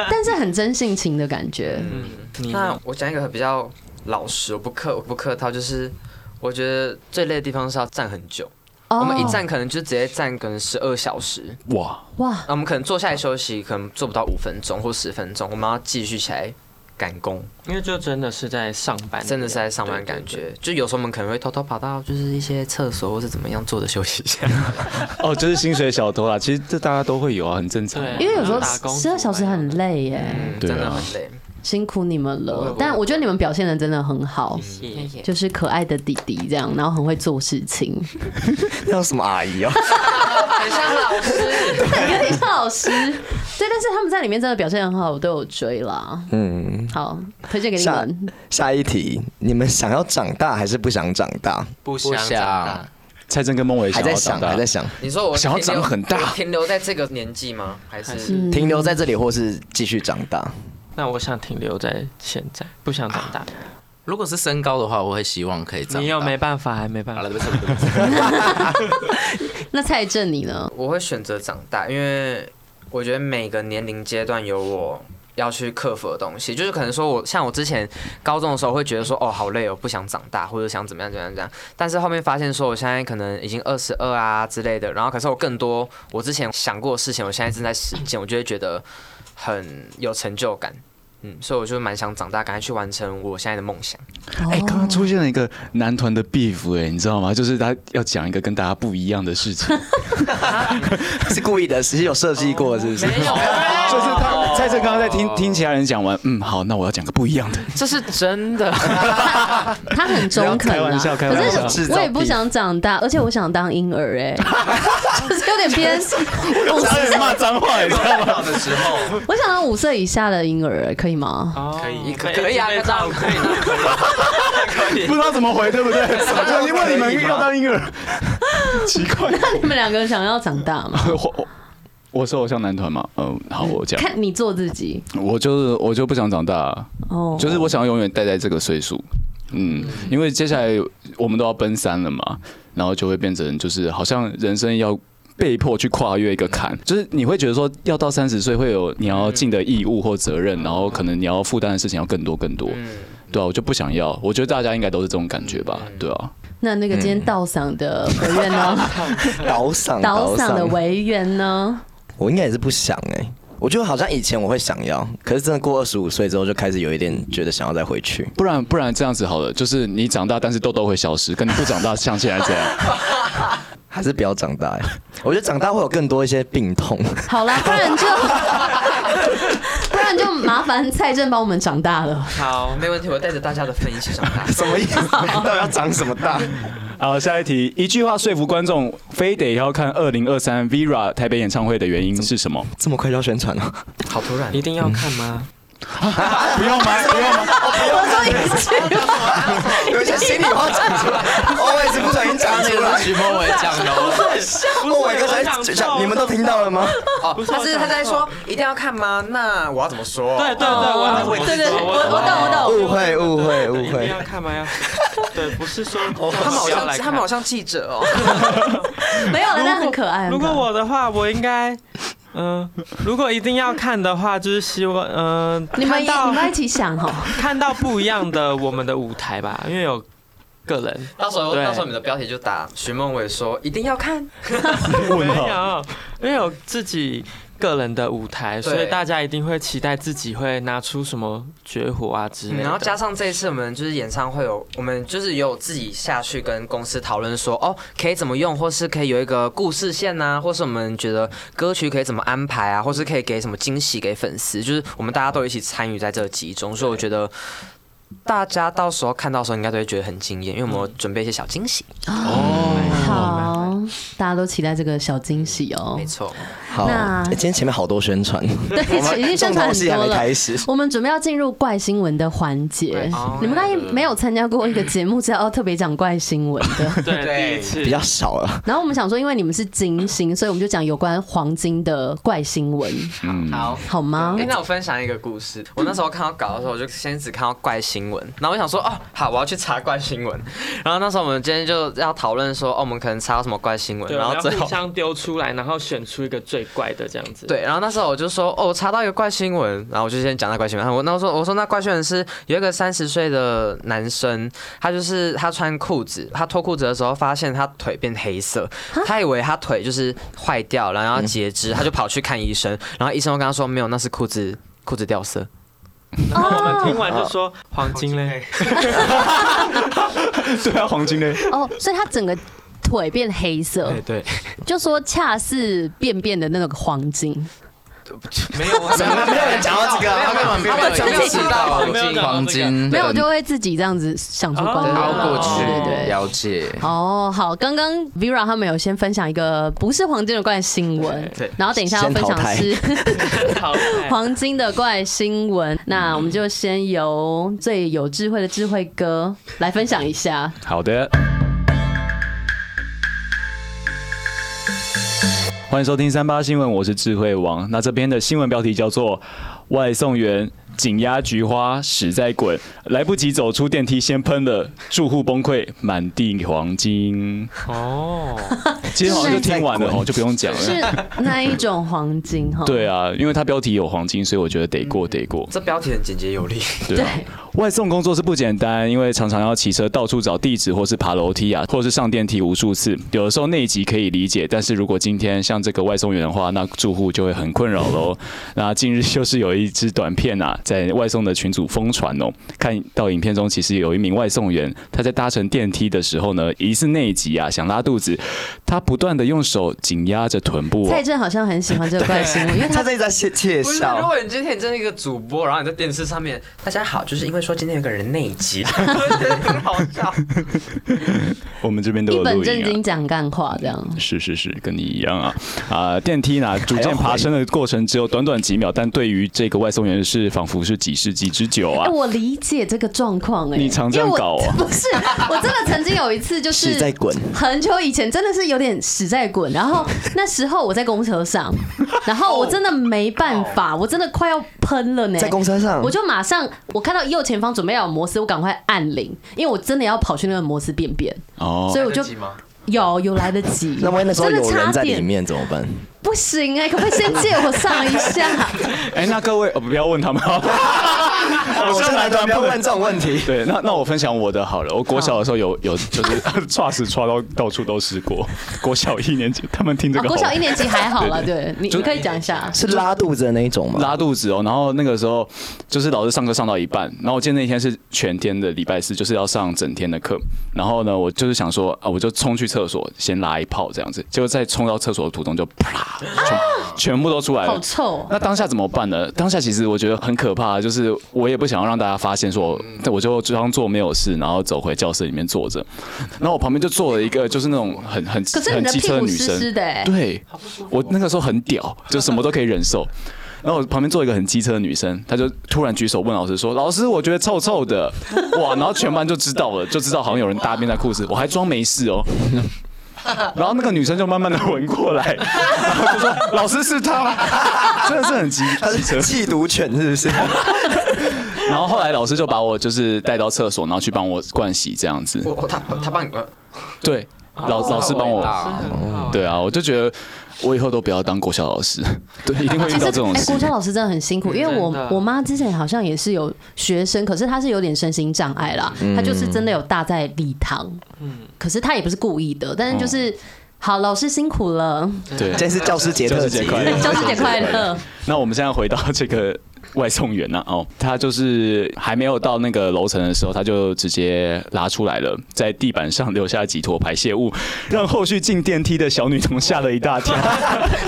[SPEAKER 1] 但是很真性情的感觉。
[SPEAKER 7] 嗯你呢
[SPEAKER 4] 那我讲一个比较老实，我不客我不客套，就是我觉得最累的地方是要站很久，
[SPEAKER 1] 哦
[SPEAKER 4] 我们一站可能就直接站可能十二小时，
[SPEAKER 3] 哇，
[SPEAKER 1] 哇，
[SPEAKER 4] 那我们可能坐下来休息，可能做不到五分钟或十分钟，我们要继续起来赶工，
[SPEAKER 7] 因为就真的是在上班，
[SPEAKER 4] 真的是在上班感
[SPEAKER 7] 对。对
[SPEAKER 4] 觉。就有时候我们可能会偷偷跑到就是一些厕所或是怎么样坐着休息一下。
[SPEAKER 3] 哦，这是薪水小偷啦，其实这大家都会有啊，很正常。
[SPEAKER 7] 对
[SPEAKER 1] 因为有时候
[SPEAKER 7] 打工族
[SPEAKER 1] 十二小时很累耶、
[SPEAKER 4] 嗯
[SPEAKER 3] 对啊
[SPEAKER 4] 真的很累。
[SPEAKER 1] 辛苦你们
[SPEAKER 7] 不会
[SPEAKER 1] 了
[SPEAKER 7] 不。会
[SPEAKER 1] 但我觉得你们表现的真的很好，
[SPEAKER 7] 对对谢谢
[SPEAKER 1] 就是可爱的弟弟这样，然后很会做事情，
[SPEAKER 2] 那有什么阿 姨哦？
[SPEAKER 4] 很像老师，
[SPEAKER 1] 有点像老师。对，但是他们在里面真的表现很好，我都有追啦。
[SPEAKER 2] 嗯，
[SPEAKER 1] 好，推荐给你
[SPEAKER 2] 下
[SPEAKER 1] 们。
[SPEAKER 2] 下一题，你们想要长大还是不想长大？
[SPEAKER 6] 不
[SPEAKER 5] 想
[SPEAKER 6] 想长大。
[SPEAKER 3] 蔡正跟孟伟
[SPEAKER 2] 啊还
[SPEAKER 3] 想
[SPEAKER 2] 在
[SPEAKER 3] 要
[SPEAKER 2] 想，
[SPEAKER 3] 长大
[SPEAKER 2] 还在想，
[SPEAKER 4] 你说我
[SPEAKER 3] 想要
[SPEAKER 4] 停留
[SPEAKER 3] 长很大
[SPEAKER 4] 我停留在这个年纪吗？还是
[SPEAKER 2] 停留在这里，或是继续长大？
[SPEAKER 7] 那我想停留在现在，不想长大。
[SPEAKER 5] 如果是身高的话，我会希望可以长大。
[SPEAKER 7] 你又没办法，还没办
[SPEAKER 5] 好
[SPEAKER 7] 法
[SPEAKER 5] 了，。对不起，对不起。
[SPEAKER 1] 那蔡正你呢？
[SPEAKER 4] 我会选择长大，因为我觉得每个年龄阶段有我要去克服的东西，就是可能说我像我之前高中的时候会觉得说哦好累哦，不想长大或者想怎么样怎么样怎么样，但是后面发现说我现在可能已经二十二啊之类的，然后可是我更多我之前想过的事情，我现在正在实践，我就会觉得很有成就感。嗯，所以我就蛮想长大，赶快去完成我现在的梦 想。
[SPEAKER 3] 哎、刚刚出现了一个男团的 beef 哎、你知道吗？就是他要讲一个跟大家不一样的事情，
[SPEAKER 2] 是故意的，其实有设计过，是不是？
[SPEAKER 4] 啊
[SPEAKER 3] 就是他蔡正刚刚在听听其他人讲完，嗯，好，那我要讲个不一样的。
[SPEAKER 4] 这是真的，
[SPEAKER 1] 他很中肯
[SPEAKER 3] 开
[SPEAKER 1] 啊，
[SPEAKER 3] 玩笑开玩笑
[SPEAKER 1] 可
[SPEAKER 2] 制
[SPEAKER 1] 是
[SPEAKER 2] 造
[SPEAKER 1] 我也不想长大，而且我想当婴儿哎、 就是有点偏。我
[SPEAKER 3] 差点 骂脏话，你知道吗？
[SPEAKER 6] 的时候，
[SPEAKER 1] 我想当五岁以下的婴儿、哎可以吗？
[SPEAKER 7] 哦
[SPEAKER 6] 可以
[SPEAKER 7] 你
[SPEAKER 4] 可以啊，
[SPEAKER 7] 被
[SPEAKER 4] 照
[SPEAKER 7] 照
[SPEAKER 4] 顾
[SPEAKER 7] 顾。
[SPEAKER 4] 可 以啊
[SPEAKER 3] 不知道怎么回，对不对？我就问你们要当婴儿， 奇怪。
[SPEAKER 1] 你们两个想要长大吗？
[SPEAKER 3] 我我我说我像男团嘛，嗯，好，我 讲，
[SPEAKER 1] 看你做自己
[SPEAKER 3] 我就是我就不想长大，啊
[SPEAKER 1] 哦，
[SPEAKER 3] 就是我想要永远待在这个岁数。嗯，因为接下来我们都要奔三了嘛，然后就会变成就是好像人生要被迫去跨越一个坎，就是你会觉得说要到三十岁会有你要尽的义务或责任，然后可能你要负担的事情要更多更多。对啊，我就不想要，我觉得大家应该都是这种感觉吧，对啊。
[SPEAKER 1] 那那个今天到嗓的回 愿呢？
[SPEAKER 2] 倒嗯嗓，
[SPEAKER 1] 倒嗓的
[SPEAKER 2] 味，
[SPEAKER 1] 维园呢？
[SPEAKER 2] 我应该也是不想哎。我觉得好像以前我会想要，可是真的过二十五岁之后，就开始有一点觉得想要再回去。
[SPEAKER 3] 不然不然这样子好了，就是你长大，但是痘痘会消失，跟你不长大像现在这样。
[SPEAKER 2] 还是不要长 大哎、 我觉得长大会有更多一些病痛。
[SPEAKER 1] 好啦，不然就不然然就麻烦蔡正帮我们长大了。
[SPEAKER 4] 好，没问题，我带着大家的分一起长大。
[SPEAKER 2] 什么意思？ 到底要长什么大？
[SPEAKER 3] 好，下一题，一句话说服观众非得要看二零二三 Vera 台北演唱会的原因是什么？
[SPEAKER 2] 这么快就要宣传了？
[SPEAKER 4] 好突然，
[SPEAKER 7] 一定要看吗？
[SPEAKER 3] 不用吗？不用吗？
[SPEAKER 1] 我终于知 道
[SPEAKER 2] 有一些心里话讲出来， 我也是不小心讲出来。
[SPEAKER 5] 徐梦伟讲 的哦，
[SPEAKER 2] 莫伟刚才讲，你们都听到了吗？
[SPEAKER 4] 哦，他是他在说一定要看吗？那我要怎么说？
[SPEAKER 7] 对对对，我要我
[SPEAKER 1] 对对，我我懂我懂。
[SPEAKER 2] 误会，误会，误
[SPEAKER 7] 一定
[SPEAKER 2] 会
[SPEAKER 7] 要。看吗？要 对，不是说
[SPEAKER 4] 他
[SPEAKER 7] 他
[SPEAKER 4] 们好像
[SPEAKER 7] 来看
[SPEAKER 4] 他们好像记者哦。
[SPEAKER 1] 没有了，但很可爱。
[SPEAKER 7] 如果
[SPEAKER 1] 很可爱
[SPEAKER 7] 我的话，我应该，嗯、如果一定要看的话，就是希望，嗯、
[SPEAKER 1] 你们
[SPEAKER 7] 看
[SPEAKER 1] 一
[SPEAKER 7] 到
[SPEAKER 1] 你们一起想哦哈，
[SPEAKER 7] 看到不一样的我们的舞台吧，因为有个人
[SPEAKER 4] 到时候
[SPEAKER 7] 对
[SPEAKER 4] 到时候你们的标题就打徐梦伟说一定要看，
[SPEAKER 3] 问
[SPEAKER 7] 没
[SPEAKER 3] 号。
[SPEAKER 7] 有，因为有自己个人的舞台，
[SPEAKER 4] 对
[SPEAKER 7] 所以大家一定会期待自己会拿出什么绝活啊之类的。
[SPEAKER 4] 然后加上这一次我们就是演唱会有我们就是有自己下去跟公司讨论说哦可以怎么用，或是可以有一个故事线呐、或是我们觉得歌曲可以怎么安排啊，或是可以给什么惊喜给粉丝，就是我们大家都一起参与在这个集中，所以我觉得。大家到时候看到的时候，应该都会觉得很惊艳，因为我们有准备一些小惊喜。
[SPEAKER 2] 哦
[SPEAKER 1] 好，大家都期待这个小惊喜哦
[SPEAKER 4] 没。错，
[SPEAKER 2] 好，
[SPEAKER 1] 那
[SPEAKER 2] 欸今天前面好多宣传，
[SPEAKER 1] 对，已经宣
[SPEAKER 2] 重
[SPEAKER 1] 传
[SPEAKER 2] 头
[SPEAKER 1] 很
[SPEAKER 2] 戏还
[SPEAKER 1] 多
[SPEAKER 2] 没
[SPEAKER 1] 了。
[SPEAKER 2] 开始。
[SPEAKER 1] 我们准备要进入怪新闻的环节。你们刚才没有参加过一个节目，是要特别讲怪新闻的。
[SPEAKER 7] 对第一次
[SPEAKER 2] 比较少了，
[SPEAKER 1] 然后我们想说，因为你们是金星，所以我们就讲有关黄金的怪新闻，
[SPEAKER 3] 嗯，
[SPEAKER 4] 好，
[SPEAKER 1] 好吗
[SPEAKER 7] 哦
[SPEAKER 4] 哎、？那我分享一个故事。我那时候看到稿的时候，我就先只看到怪新闻，然后我想说，哦，好，我要去查怪新闻。然后那时候我们今天就要讨论说，哦，我们可能查到什么怪新闻，
[SPEAKER 7] 对，
[SPEAKER 4] 然
[SPEAKER 7] 然
[SPEAKER 4] 后
[SPEAKER 7] 后
[SPEAKER 4] 最
[SPEAKER 7] 互
[SPEAKER 4] 后。
[SPEAKER 7] 相丢出来，然后选出一个最怪的这样子。
[SPEAKER 4] 对，然后那时候我就说，哦，我查到一个怪新闻，然后我就先讲那怪新闻。我那时候我说那怪新闻是有一个三十岁的男生，他就是他穿裤子，他脱裤子的时候发现他腿变黑色，他以为他腿就是坏掉，然后要截肢，他就跑去看医生，然后医生又跟他说没有，那是裤子裤子掉色。
[SPEAKER 7] 然后我们听完就说黄金嘞，
[SPEAKER 3] 对啊，黄金嘞，
[SPEAKER 1] 哦，所以他整个腿变黑色，
[SPEAKER 7] 对，
[SPEAKER 1] 就说恰似便便的那个黄金。
[SPEAKER 4] 没有啊，没有
[SPEAKER 2] 没有人讲到这个啊，
[SPEAKER 5] 他
[SPEAKER 1] 们
[SPEAKER 5] 们没有
[SPEAKER 1] 自己
[SPEAKER 5] 吃到
[SPEAKER 7] 没有讲到这个
[SPEAKER 5] 黄金，
[SPEAKER 1] 没有，我就会自己这样子想出怪新闻
[SPEAKER 7] 哦
[SPEAKER 5] 熬过去，
[SPEAKER 1] 对对对。
[SPEAKER 5] 了解。
[SPEAKER 1] 哦，好，刚刚 Vera 他们有先分享一个不是黄金的怪新闻，
[SPEAKER 4] 对对
[SPEAKER 1] 然后等一下要分
[SPEAKER 2] 先淘
[SPEAKER 1] 享
[SPEAKER 2] 汰
[SPEAKER 1] 是
[SPEAKER 7] 好看
[SPEAKER 1] 黄金的怪新闻，那我们就先由最有智慧的智慧哥来分享一下。
[SPEAKER 3] 好的。欢迎收听三八新闻，我是智慧王。那这边的新闻标题叫做“外送员紧压菊花屎在滚，来不及走出电梯先喷了，住户崩溃，满地黄金
[SPEAKER 7] 哦，”。
[SPEAKER 3] 其实好像就听完了哦，就不用讲
[SPEAKER 1] 是
[SPEAKER 3] 了。
[SPEAKER 1] 那一种黄金哈？
[SPEAKER 3] 对啊，因为它标题有黄金，所以我觉得得过得过。
[SPEAKER 4] 这标题很简洁有力。
[SPEAKER 3] 对啊，外送工作是不简单，因为常常要骑车到处找地址，或是爬楼梯啊，或是上电梯无数次。有的时候内急可以理解，但是如果今天像这个外送员的话，那住户就会很困扰喽。那近日就是有一支短片啊，在外送的群组疯传哦。看到影片中，其实有一名外送员，他在搭乘电梯的时候呢，疑似内急啊，想拉肚子，他不断的用手紧压着臀部、哦
[SPEAKER 1] 蔡。正好像很喜欢这个怪新 闻，因为
[SPEAKER 2] 他
[SPEAKER 1] 他
[SPEAKER 2] 这一直在窃窃
[SPEAKER 4] 不是，如
[SPEAKER 2] 笑。
[SPEAKER 4] 果你今天你真的一个主播，然后你在电视上面，大家好，就是因为说今天有个人内 急，很好笑。
[SPEAKER 3] 我们这边都
[SPEAKER 1] 一
[SPEAKER 3] 有
[SPEAKER 1] 本
[SPEAKER 3] 录
[SPEAKER 1] 正
[SPEAKER 3] 音啊。
[SPEAKER 1] 经讲干话这样。
[SPEAKER 3] 是是是，跟你一样啊啊、电 梯呢，逐渐爬升的过程只有短短几秒，但对于这个外送员是仿佛是几世纪之久
[SPEAKER 1] 哎、
[SPEAKER 3] 啊。
[SPEAKER 1] 我理解这个状况哎，
[SPEAKER 3] 你常这样
[SPEAKER 1] 因为我
[SPEAKER 3] 搞哦
[SPEAKER 1] 不是，我 真的曾经有一次就是
[SPEAKER 2] 屎啊在滚
[SPEAKER 1] 很久以前真的是有点屎在滚，然后那时候我在公车 上，然后我真的没办法，我真的快要喷了呢，
[SPEAKER 2] 哦在公车上，
[SPEAKER 1] 我就马上我看到右前方准备要有摩斯，我赶快按铃，因为我真的要跑去那个摩斯便便，
[SPEAKER 3] 哦
[SPEAKER 1] 所以我就有有来得及
[SPEAKER 2] 那万一那时候
[SPEAKER 1] 真的
[SPEAKER 2] 有人
[SPEAKER 1] 差
[SPEAKER 2] 在里
[SPEAKER 1] 点
[SPEAKER 2] 面怎么办？
[SPEAKER 1] 不行哎、可不可以 先借我上一下？啊
[SPEAKER 3] 哎 哎、那各位、哦、不要问他们，好我
[SPEAKER 2] 我先来男团不要问这种问题。
[SPEAKER 3] 对，那那我分享我的好了。我国小的时候有有就是 刷屎刷到到处都是过。国小一年级，他们听这
[SPEAKER 1] 哦
[SPEAKER 3] 个好
[SPEAKER 1] 国
[SPEAKER 3] 玩、
[SPEAKER 1] 小一年级还好了，对你
[SPEAKER 3] 就
[SPEAKER 1] 你可以讲一下，
[SPEAKER 2] 是拉肚子的那一种吗？
[SPEAKER 3] 拉肚子哦，然后那个时候就是老师上课上到一半，然后我记得那天是全天的礼拜四，就是要上整天的课。然后呢，我就是想说啊，我就冲去厕所先拉一泡这样子，结果在冲到厕所的途中就啪，全、全部都出来
[SPEAKER 1] 好
[SPEAKER 3] 了。
[SPEAKER 1] 臭哦。
[SPEAKER 3] 那当下怎么办呢？当下其实我觉得很可怕，就是我也不想要让大家发现说，但我就装作没有事，然后走回教室里面坐着。然后我旁边就坐了一个就是那种很很
[SPEAKER 1] 可是
[SPEAKER 3] 很
[SPEAKER 1] 你的
[SPEAKER 3] 机
[SPEAKER 1] 屁
[SPEAKER 3] 车的
[SPEAKER 1] 股
[SPEAKER 3] 女
[SPEAKER 1] 湿
[SPEAKER 3] 生，
[SPEAKER 1] 湿的哎，
[SPEAKER 3] 对，我那个时候很屌，就什么都可以忍受。然后我旁边坐一个很机车的女生，她就突然举手问老师说：“老师，我觉得臭臭的。”哇！然后全班就知道了，就知道好像有人大便在裤子，我还装没事哦。然后那个女生就慢慢的闻过来，然后就说：“老师是她，真的是很机
[SPEAKER 2] 他
[SPEAKER 3] 机车
[SPEAKER 2] 是。缉毒犬是不是？
[SPEAKER 3] 然后后来老师就把我就是带到厕所，然后去帮我灌洗这样子。
[SPEAKER 4] 我他他帮你们，
[SPEAKER 3] 对，老老师帮我。对啊，我就觉得我以后都不要当国小老师， 对，一定会遇
[SPEAKER 1] 其实
[SPEAKER 3] 到这种
[SPEAKER 1] 哎
[SPEAKER 3] 事
[SPEAKER 1] 国。小老师真的很辛苦，因为我
[SPEAKER 7] 嗯真的
[SPEAKER 1] 我妈之前好像也是有学生，可是她是有点身心障碍啦，
[SPEAKER 3] 嗯
[SPEAKER 1] 她就是真的有大在礼堂，
[SPEAKER 7] 嗯
[SPEAKER 1] 可是她也不是故意的，但是
[SPEAKER 7] 哦
[SPEAKER 1] 就是。好，老师辛苦了，
[SPEAKER 7] 嗯
[SPEAKER 3] 对，
[SPEAKER 2] 今天是教师节特
[SPEAKER 3] 教师
[SPEAKER 2] 辑
[SPEAKER 3] 节，快乐
[SPEAKER 1] 教师节快乐！
[SPEAKER 3] 那我们现在回到这个外送员呢、哦，他就是还没有到那个楼层的时候，他就直接拉出来了，在地板上留下几坨排泄物，让后续进电梯的小女童吓了一大跳。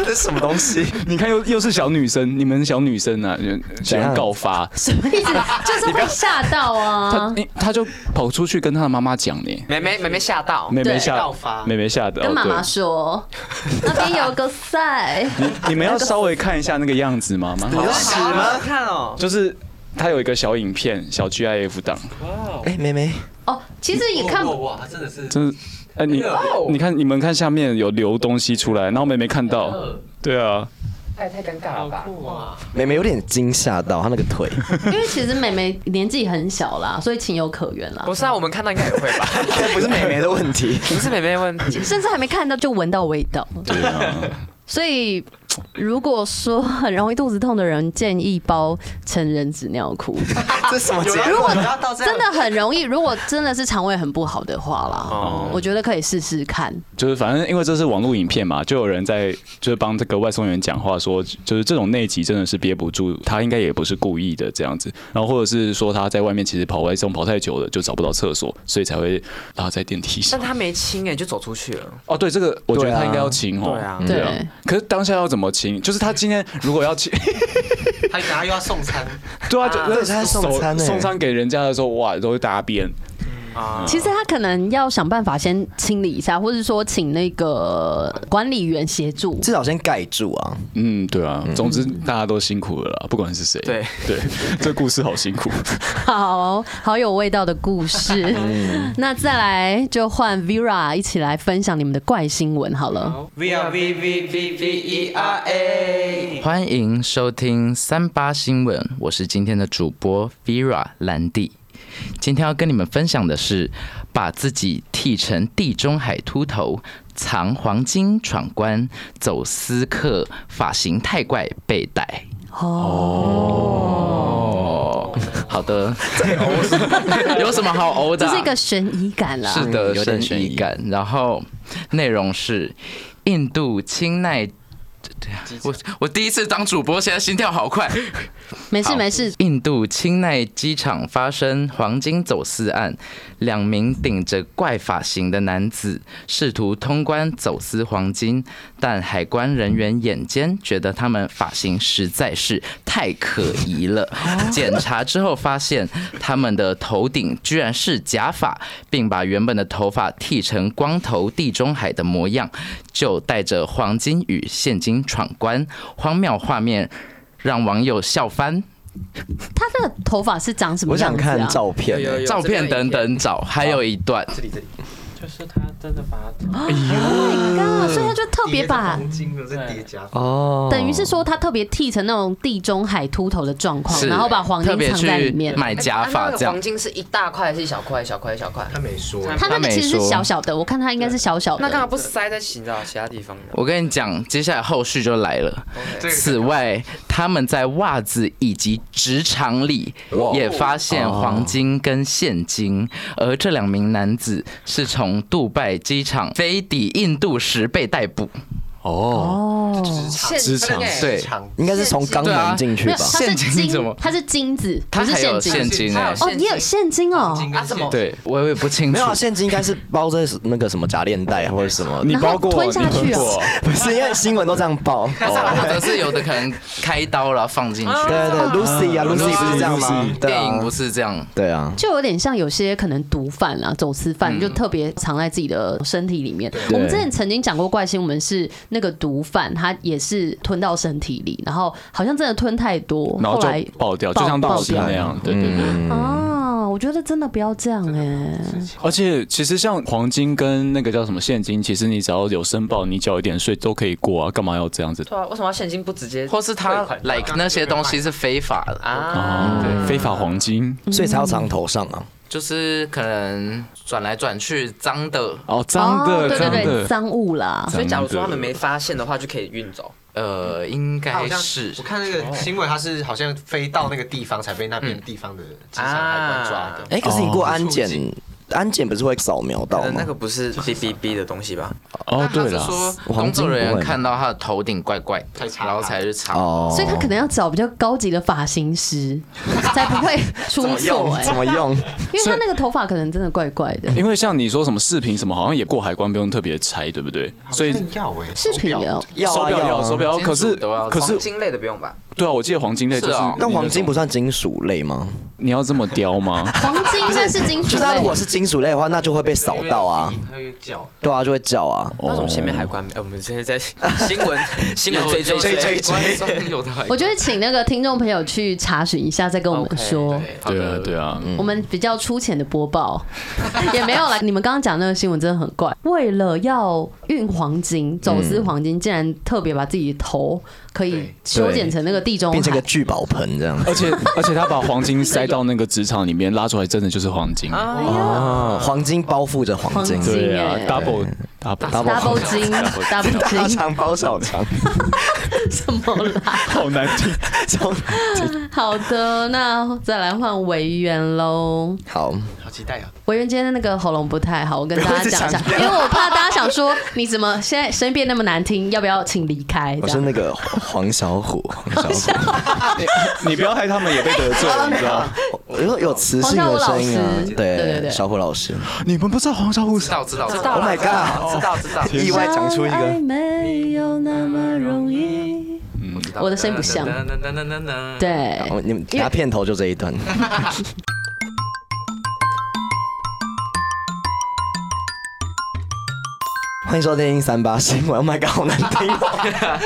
[SPEAKER 2] 这是什么东西？
[SPEAKER 3] 你看又，又是小女生，你们小女生啊，就喜
[SPEAKER 2] 怎样
[SPEAKER 3] 欢告发。
[SPEAKER 1] 什么意思？就是会吓到
[SPEAKER 3] 她
[SPEAKER 1] 啊！
[SPEAKER 3] 她就跑出去跟她的妈妈讲呢，
[SPEAKER 4] 妹妹妹妹吓到，
[SPEAKER 3] 妹妹
[SPEAKER 1] 对
[SPEAKER 3] 吓
[SPEAKER 7] 告发，
[SPEAKER 3] 妹妹吓的。
[SPEAKER 1] 跟
[SPEAKER 3] 哦
[SPEAKER 1] 妈
[SPEAKER 3] 对
[SPEAKER 1] 妈 说，那边有个赛，
[SPEAKER 3] 你们要稍微看一下那个样子吗？蛮好
[SPEAKER 2] 有
[SPEAKER 1] 啊
[SPEAKER 3] 看，
[SPEAKER 2] 屎
[SPEAKER 4] 好
[SPEAKER 2] 吗
[SPEAKER 4] 好？看哦，
[SPEAKER 3] 就是它有一个小影片，小 GIF 档，
[SPEAKER 2] 哎，妹妹，
[SPEAKER 1] 哦，其实你看，
[SPEAKER 6] 哇，他真的是
[SPEAKER 3] 真是，哎、你你看你们看下面有流东西出来，然后妹妹看到，对啊，
[SPEAKER 4] 太太尴尬了吧？
[SPEAKER 2] 妹妹有点惊吓到她那个腿，
[SPEAKER 1] 因为其实妹妹年纪很小啦，所以情有可原啦
[SPEAKER 4] 不，是啊，我们看到应该也会吧？
[SPEAKER 2] 哎这不是妹妹的问 题。
[SPEAKER 4] 不是妹妹问 题，
[SPEAKER 1] 甚至还没看到就闻到味道。
[SPEAKER 3] 对啊，
[SPEAKER 1] 所以，如果说很容易肚子痛的人，建议包成人纸尿裤。
[SPEAKER 2] 这是什么节目？
[SPEAKER 1] 真的很容易，如果真的是肠胃很不好的话啦，
[SPEAKER 4] 哦
[SPEAKER 1] 我觉得可以试试看。
[SPEAKER 3] 就是反正因为这是网络影片嘛，就有人在就是帮这个外送员讲话说，就是这种内急真的是憋不住，他应该也不是故意的这样子，然后或者是说他在外面其实跑外送跑太久了，就找不到厕所，所以才会拉在电梯上
[SPEAKER 4] 但。他没亲哎，就走出去了。
[SPEAKER 3] 哦，对，这个我觉得
[SPEAKER 2] 对啊
[SPEAKER 3] 他应该要亲哦，
[SPEAKER 4] 对啊
[SPEAKER 3] 嗯
[SPEAKER 1] 对
[SPEAKER 3] 可是当下要怎么亲？就是他今天如果要亲，
[SPEAKER 6] 他等下又要送餐，
[SPEAKER 3] 对啊，就
[SPEAKER 2] 对他在送
[SPEAKER 3] 手
[SPEAKER 2] 餐欸
[SPEAKER 3] 送餐给人家的时候，哇，都是大便。啊
[SPEAKER 1] 其实他可能要想办法先清理一下，或是说请那个管理员协助。
[SPEAKER 2] 至少先盖住啊！
[SPEAKER 3] 嗯，对啊，总之大家都辛苦了啦，不管是谁。
[SPEAKER 4] 对
[SPEAKER 3] 对，这故事好辛苦。
[SPEAKER 1] 好好有味道的故事。
[SPEAKER 5] 嗯
[SPEAKER 1] 那再来就换 Vera 一起来分享你们的怪新闻好了。
[SPEAKER 6] V R V V V V E R A。
[SPEAKER 5] 欢迎收听三八新闻，我是今天的主播 Vera 兰蒂。今天要跟你们分享的是，把自己剃成地中海秃头，藏黄金闯关，走私客，发型太怪被逮。哦，好的，有什么好欧的
[SPEAKER 1] 这
[SPEAKER 5] 啊？
[SPEAKER 1] 是一个悬疑感啦，
[SPEAKER 5] 是的，
[SPEAKER 2] 嗯有点
[SPEAKER 5] 神
[SPEAKER 2] 悬
[SPEAKER 5] 秘
[SPEAKER 2] 疑
[SPEAKER 5] 感。然后内容是印度清奈。啊我我第一次当主播，现在心跳好快。
[SPEAKER 1] 没事
[SPEAKER 5] 好
[SPEAKER 1] 没事，
[SPEAKER 5] 印度清奈机场发生黄金走私案，两名顶着怪发型的男子试图通关走私黄金，但海关人员眼尖，觉得他们发型实在是太可疑了。检查之后发现，他们的头顶居然是假发，并把原本的头发剃成光头地中海的模样，就带着黄金与现金闯关，荒谬画面。让网友笑翻，
[SPEAKER 1] 他这个头发是长什么
[SPEAKER 2] 我
[SPEAKER 1] 样
[SPEAKER 2] 想
[SPEAKER 1] 子啊？
[SPEAKER 2] 看照片欸，
[SPEAKER 5] 照片等等找，还有一段，
[SPEAKER 7] 就是他真的把它
[SPEAKER 1] Oh my
[SPEAKER 5] 嗯
[SPEAKER 1] god！所以他就特别把，
[SPEAKER 6] 金的在叠加，
[SPEAKER 5] 哦
[SPEAKER 1] 等于是说他特别剃成那种地中海秃头的状况，
[SPEAKER 5] 是
[SPEAKER 1] 然后把黄
[SPEAKER 5] 特
[SPEAKER 1] 金
[SPEAKER 5] 别
[SPEAKER 1] 藏在里
[SPEAKER 5] 去
[SPEAKER 1] 面。
[SPEAKER 5] 买假发
[SPEAKER 4] 啊那
[SPEAKER 5] 这
[SPEAKER 4] 个
[SPEAKER 5] 样
[SPEAKER 4] 黄。金是一大块还是一小块？一小块一小块。
[SPEAKER 6] 他没说
[SPEAKER 1] 他那
[SPEAKER 5] 他
[SPEAKER 1] 个
[SPEAKER 5] 没
[SPEAKER 1] 其实是
[SPEAKER 5] 说
[SPEAKER 1] 小小的，我看他应该是小小的。
[SPEAKER 4] 那干嘛不塞在其他其他地方呢？
[SPEAKER 5] 我跟你讲，接下来后续就来了。
[SPEAKER 4] 哦
[SPEAKER 5] 此外，他们在袜子以及职场里
[SPEAKER 4] 哦
[SPEAKER 5] 也发现黄金跟现金，而这两名男子是从杜拜机场飞抵印度时被逮捕。
[SPEAKER 3] 哦，
[SPEAKER 1] 哦，
[SPEAKER 4] 现
[SPEAKER 3] 职场
[SPEAKER 4] 真的耶
[SPEAKER 5] 对
[SPEAKER 6] 长
[SPEAKER 2] 应该是从肛
[SPEAKER 5] 对啊
[SPEAKER 2] 门进去
[SPEAKER 1] 没有，
[SPEAKER 2] 吧？
[SPEAKER 1] 它是
[SPEAKER 5] 现金怎
[SPEAKER 1] 金
[SPEAKER 5] 么，
[SPEAKER 1] 它是金子，
[SPEAKER 5] 他
[SPEAKER 1] 不是
[SPEAKER 5] 还有
[SPEAKER 1] 金。
[SPEAKER 5] 现金
[SPEAKER 4] 他
[SPEAKER 5] 哎、
[SPEAKER 4] 有
[SPEAKER 1] 哦，
[SPEAKER 4] 现
[SPEAKER 1] 你有现金哦，
[SPEAKER 4] 啊？怎么？
[SPEAKER 5] 对我也不清
[SPEAKER 2] 没
[SPEAKER 5] 楚
[SPEAKER 2] 有，啊，现金应该是包在那个什么假链带啊或者什么，
[SPEAKER 3] 你
[SPEAKER 1] 然后
[SPEAKER 3] 包过，
[SPEAKER 1] 吞下
[SPEAKER 3] 你吞
[SPEAKER 1] 去啊
[SPEAKER 3] 过，
[SPEAKER 2] 不是因为新闻都这样报。
[SPEAKER 5] 或者哦是有的可能开刀然后放进去。
[SPEAKER 2] 对对对，Lucy 啊，Lucy 不是这样吗
[SPEAKER 3] Lucy？
[SPEAKER 2] 对
[SPEAKER 5] 电影
[SPEAKER 2] 啊
[SPEAKER 5] 不，是这样，
[SPEAKER 2] 对啊。
[SPEAKER 1] 就有点像有些可能毒贩啊、走私犯，
[SPEAKER 3] 嗯
[SPEAKER 1] 就特别藏在自己的身体里面。我们之前曾经讲过怪新闻，是那个毒贩他也是吞到身体里，然后好像真的吞太多，
[SPEAKER 3] 然后
[SPEAKER 1] 后来
[SPEAKER 3] 就爆掉，就像
[SPEAKER 1] 爆
[SPEAKER 3] 露西
[SPEAKER 1] 爆掉
[SPEAKER 3] 那样，对对对。
[SPEAKER 1] 啊，我觉得真的不要这样哎、
[SPEAKER 3] 而且其实像黄金跟那个叫什么现金，其实你只要有申报，你缴一点税都可以过啊，干嘛要这样子？
[SPEAKER 4] 对啊，为什么要现金不直接？
[SPEAKER 5] 或是他 like 那些东西是非法的，
[SPEAKER 4] 啊？
[SPEAKER 3] 哦，非法黄金
[SPEAKER 1] 嗯
[SPEAKER 2] 所以才要藏头上啊。
[SPEAKER 5] 就是可能转来转去脏的，
[SPEAKER 3] 哦，脏
[SPEAKER 1] 哦
[SPEAKER 3] 的
[SPEAKER 1] 对
[SPEAKER 3] 脏
[SPEAKER 1] 对对，
[SPEAKER 3] 的，
[SPEAKER 1] 赃物啦。
[SPEAKER 4] 所以假如说他们没发现的话，就可以运走。
[SPEAKER 5] 呃，应该是
[SPEAKER 6] 我看那个新闻，他是好像飞到那个地方才被那边地方的机场海关抓的。
[SPEAKER 2] 哎，可是你过安
[SPEAKER 6] 出
[SPEAKER 2] 检
[SPEAKER 6] 境，
[SPEAKER 2] 安检不是会扫描到
[SPEAKER 4] 可能
[SPEAKER 2] 吗
[SPEAKER 4] 那？个不是 B B B 的东西吧？
[SPEAKER 3] 哦，对
[SPEAKER 5] 他
[SPEAKER 3] 了
[SPEAKER 5] 是，说工
[SPEAKER 2] 黄金
[SPEAKER 5] 作
[SPEAKER 2] 不会
[SPEAKER 5] 人员
[SPEAKER 2] 吗
[SPEAKER 5] 看到他的头顶怪怪的
[SPEAKER 6] 才，查
[SPEAKER 5] 然后才去查。
[SPEAKER 2] 哦，
[SPEAKER 1] 所以他可能要找比较高级的发型师，才不 会出错哎、
[SPEAKER 2] 怎么用？
[SPEAKER 1] 因为他那个头发可能真的怪怪 的。
[SPEAKER 3] 因为像你说什么视频什么，好像也过海关不用特别拆，对不对？所以
[SPEAKER 6] 要哎，
[SPEAKER 1] 视频也要
[SPEAKER 2] 要
[SPEAKER 3] 手
[SPEAKER 2] 啊
[SPEAKER 3] 表也
[SPEAKER 2] 要
[SPEAKER 3] 要
[SPEAKER 2] 啊
[SPEAKER 3] 手表要，
[SPEAKER 5] 金
[SPEAKER 3] 可是
[SPEAKER 5] 属都要
[SPEAKER 3] 可是
[SPEAKER 4] 黄金类的不用吧？
[SPEAKER 3] 对啊，我记得黄金类就是
[SPEAKER 5] 是哦
[SPEAKER 2] 那黄金不算金属类吗？
[SPEAKER 3] 你要这么雕吗？
[SPEAKER 1] 黄金那是金
[SPEAKER 2] 就
[SPEAKER 1] 属
[SPEAKER 2] 是它
[SPEAKER 1] 类
[SPEAKER 2] 如，果是金属类的话，那就会被扫到啊，
[SPEAKER 6] 他会叫。
[SPEAKER 2] 对啊，就会叫啊。
[SPEAKER 4] 为什么前面海关没？呃我们现在在新闻新闻追追
[SPEAKER 5] 追
[SPEAKER 4] 追。
[SPEAKER 5] 追追，有的还
[SPEAKER 1] 我觉得请那个听众朋友去查询一下，再跟我们说。
[SPEAKER 3] 对啊，对啊，
[SPEAKER 1] 我们比较粗浅的播报也没有啦。你们刚刚讲那个新闻真的很怪，为了要运黄金、走私黄金，竟然特别把自己的头可以修剪成那个地中
[SPEAKER 2] 变成个
[SPEAKER 1] 海。
[SPEAKER 2] 聚宝盆这样。
[SPEAKER 3] 而且而且他把黄金塞到那个职场里面，拉出来真的就是黄金。
[SPEAKER 2] 哦，黄金包覆着黄金
[SPEAKER 1] 黄，金啊
[SPEAKER 3] 对啊
[SPEAKER 1] 耶
[SPEAKER 3] ，double double
[SPEAKER 1] double 金，double
[SPEAKER 2] 大
[SPEAKER 1] 金，
[SPEAKER 2] 肠包小肠，
[SPEAKER 1] 什么啦？
[SPEAKER 3] 好难听。
[SPEAKER 2] 从
[SPEAKER 1] 好的，那再来换维园喽。
[SPEAKER 2] 好，
[SPEAKER 6] 好期待啊！
[SPEAKER 1] 维园今天的那个喉咙不太好，我跟大家讲一下，因为我怕大家想说你怎么现在声音变那么难听，要不要请离开？
[SPEAKER 2] 我
[SPEAKER 1] 这
[SPEAKER 2] 是
[SPEAKER 1] 样
[SPEAKER 2] 那个 黄小虎，黄小虎，
[SPEAKER 3] 你不要害他们也被得 罪，你知道？
[SPEAKER 2] 我说有磁性的声音啊
[SPEAKER 1] 黄小虎老师，对对
[SPEAKER 2] 对
[SPEAKER 1] 对
[SPEAKER 2] 小虎老师
[SPEAKER 3] 你们不知道黄小虎是
[SPEAKER 5] 知道知道知 道，
[SPEAKER 2] ，Oh my god，
[SPEAKER 4] 知道知道。
[SPEAKER 2] 意外讲出一
[SPEAKER 1] 相爱
[SPEAKER 2] 个，
[SPEAKER 1] 没有那么容易。嗯我的声音不像。
[SPEAKER 2] 嗯
[SPEAKER 1] 对，
[SPEAKER 2] 我哦你们给他片头就这一段， 欢迎收听三八新闻，Oh my god，好难听 哦！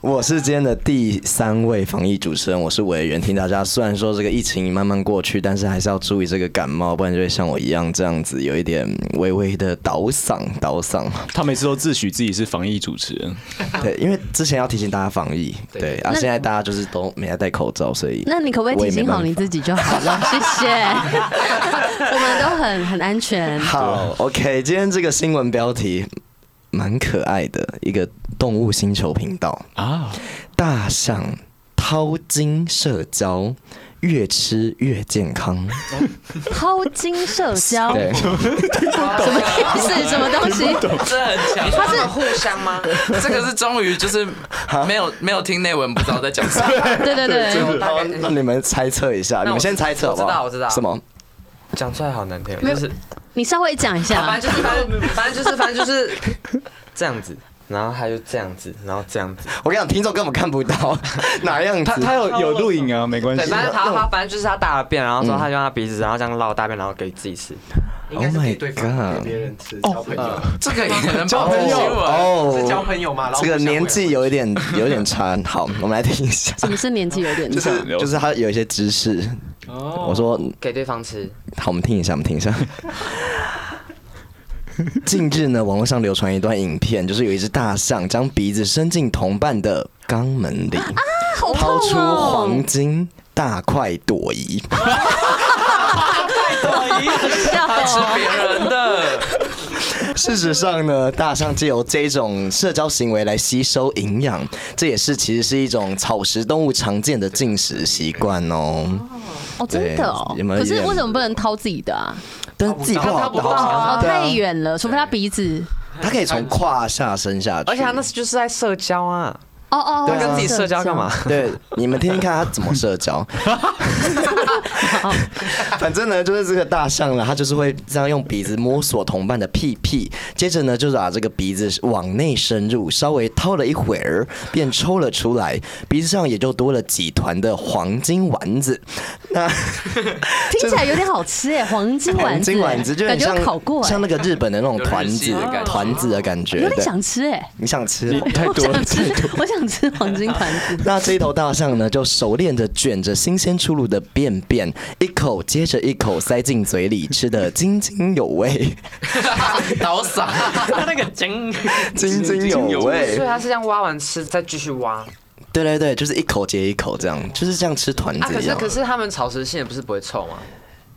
[SPEAKER 2] 我是今天的第三位防疫主持人，我是委员。听大家虽然说这个疫情慢慢过去，但是还是要注意这个感冒，不然就会像我一样这样子，有一点微微的倒嗓，倒嗓。
[SPEAKER 3] 他每次都自诩自己是防疫主持人，
[SPEAKER 2] 对，因为之前要提醒大家防疫，对啊，现在大家就是都没在戴口罩，所以
[SPEAKER 1] 那你可不可以
[SPEAKER 2] 我也
[SPEAKER 1] 提
[SPEAKER 2] 没
[SPEAKER 1] 醒
[SPEAKER 2] 办
[SPEAKER 1] 好你
[SPEAKER 2] 法
[SPEAKER 1] 自己就好 了？谢谢， 我们都很很安
[SPEAKER 3] 嗯
[SPEAKER 1] 全。
[SPEAKER 3] 啊
[SPEAKER 2] 好，OK，今天这个新闻标题蛮可爱的，一个动物星球频道
[SPEAKER 3] 啊
[SPEAKER 2] 啊，大象掏金社交，越吃越健康。
[SPEAKER 1] 掏金社交，
[SPEAKER 3] 哦
[SPEAKER 2] 对，
[SPEAKER 1] 什么意思？什么东西？
[SPEAKER 5] 这很强。
[SPEAKER 4] 他是互相吗？
[SPEAKER 5] 这个是终于就是没有没有听内文，不知道在讲什么。
[SPEAKER 1] 对对对，
[SPEAKER 2] 好那你们猜测一下，你们先猜测好不好？
[SPEAKER 4] 我知道我知道
[SPEAKER 2] 什么？
[SPEAKER 4] 讲出来好难听，
[SPEAKER 1] 没有
[SPEAKER 4] 就是
[SPEAKER 1] 你稍微讲一下
[SPEAKER 4] 啊反。正就是反正就是反正就是 这样子，然后他就这样子，然后这 样子，
[SPEAKER 2] 我跟你讲，听众根本看不到 哪样子。
[SPEAKER 3] 他他有有录影啊，没关
[SPEAKER 4] 对，
[SPEAKER 3] 系。
[SPEAKER 4] 反正他他反正就是他大了便，然后之后他就用他鼻子，然后这样绕大便，然后给自己吃。
[SPEAKER 6] 应该是
[SPEAKER 2] Oh my
[SPEAKER 6] 给对方
[SPEAKER 2] god
[SPEAKER 6] 给别人吃交朋
[SPEAKER 4] 哦
[SPEAKER 6] 友，
[SPEAKER 5] 这个也能帮
[SPEAKER 2] 朋友
[SPEAKER 6] 是交
[SPEAKER 2] 哦，
[SPEAKER 6] 朋友吗？然后
[SPEAKER 2] 这个
[SPEAKER 6] 互相
[SPEAKER 2] 年
[SPEAKER 6] 喂
[SPEAKER 2] 纪有一点有点差。好，我们来听一 下，
[SPEAKER 1] 什么是年纪有点
[SPEAKER 2] 就是
[SPEAKER 1] 大？
[SPEAKER 2] 就是他有一些知识。我说
[SPEAKER 3] 哦
[SPEAKER 4] 给对方吃，
[SPEAKER 2] 好，我们听一下，我们听一下。 近日呢，网络上流传一段影片，就是有一只大象将鼻子伸进同伴的肛门里，掏出黄金大快朵颐。
[SPEAKER 5] 吃别人 的，
[SPEAKER 2] 事实上呢，大象借由这种社交行为来吸收营养，这也是其实是一种草食动物常见的进食习惯哦。
[SPEAKER 1] 哦，真的哦
[SPEAKER 2] 对有。没有
[SPEAKER 1] 可是
[SPEAKER 2] 远
[SPEAKER 1] 为什么不能掏自己的啊？
[SPEAKER 2] 但是自己不好
[SPEAKER 1] 哦
[SPEAKER 2] 倒，，对啊
[SPEAKER 1] 太，远了，除非他鼻子。
[SPEAKER 2] 它可以从胯下伸下去。
[SPEAKER 4] 而且他那是就是在社交啊，
[SPEAKER 1] 哦哦，
[SPEAKER 4] 他
[SPEAKER 1] 哦
[SPEAKER 4] 跟自己社交干嘛？？
[SPEAKER 2] 对，你们听听看它怎么社交。 反正呢，就是这个大象呢，它就是会这样用鼻子摸索同伴的屁屁，接着呢，就是把这个鼻子往内深入，稍微掏了一会儿，便抽了出来，鼻子上也就多了几团的黄金丸子。那
[SPEAKER 1] 听起来有点好吃哎，黄金丸
[SPEAKER 2] 黄
[SPEAKER 1] 子，
[SPEAKER 2] 金丸子就有
[SPEAKER 1] 感
[SPEAKER 2] 点
[SPEAKER 1] 觉
[SPEAKER 2] 像
[SPEAKER 1] 有烤过哎
[SPEAKER 2] 像，那个日本的那种团子
[SPEAKER 5] 有日系的感觉
[SPEAKER 2] 团子的感觉。
[SPEAKER 1] 有点
[SPEAKER 2] 对
[SPEAKER 1] 想吃哎，
[SPEAKER 2] 你想吃
[SPEAKER 3] 你
[SPEAKER 2] 了？
[SPEAKER 3] 太
[SPEAKER 1] 我
[SPEAKER 3] 多了
[SPEAKER 1] 想，吃，我想吃黄金团子。
[SPEAKER 2] 那这一头大象呢，就熟练的卷着新鲜出炉的便便，一口接着一口塞进嘴里，吃得津津有味，
[SPEAKER 5] 倒洒，
[SPEAKER 7] 他那个精，
[SPEAKER 2] 津津有味
[SPEAKER 4] 所以。他是这样挖完吃，再继续挖啊。
[SPEAKER 2] 对对对，就是一口接一口这样，就是像吃团
[SPEAKER 4] 啊可
[SPEAKER 2] 子一
[SPEAKER 4] 是
[SPEAKER 2] 样。
[SPEAKER 4] 可是他们草食性也不是不会臭吗？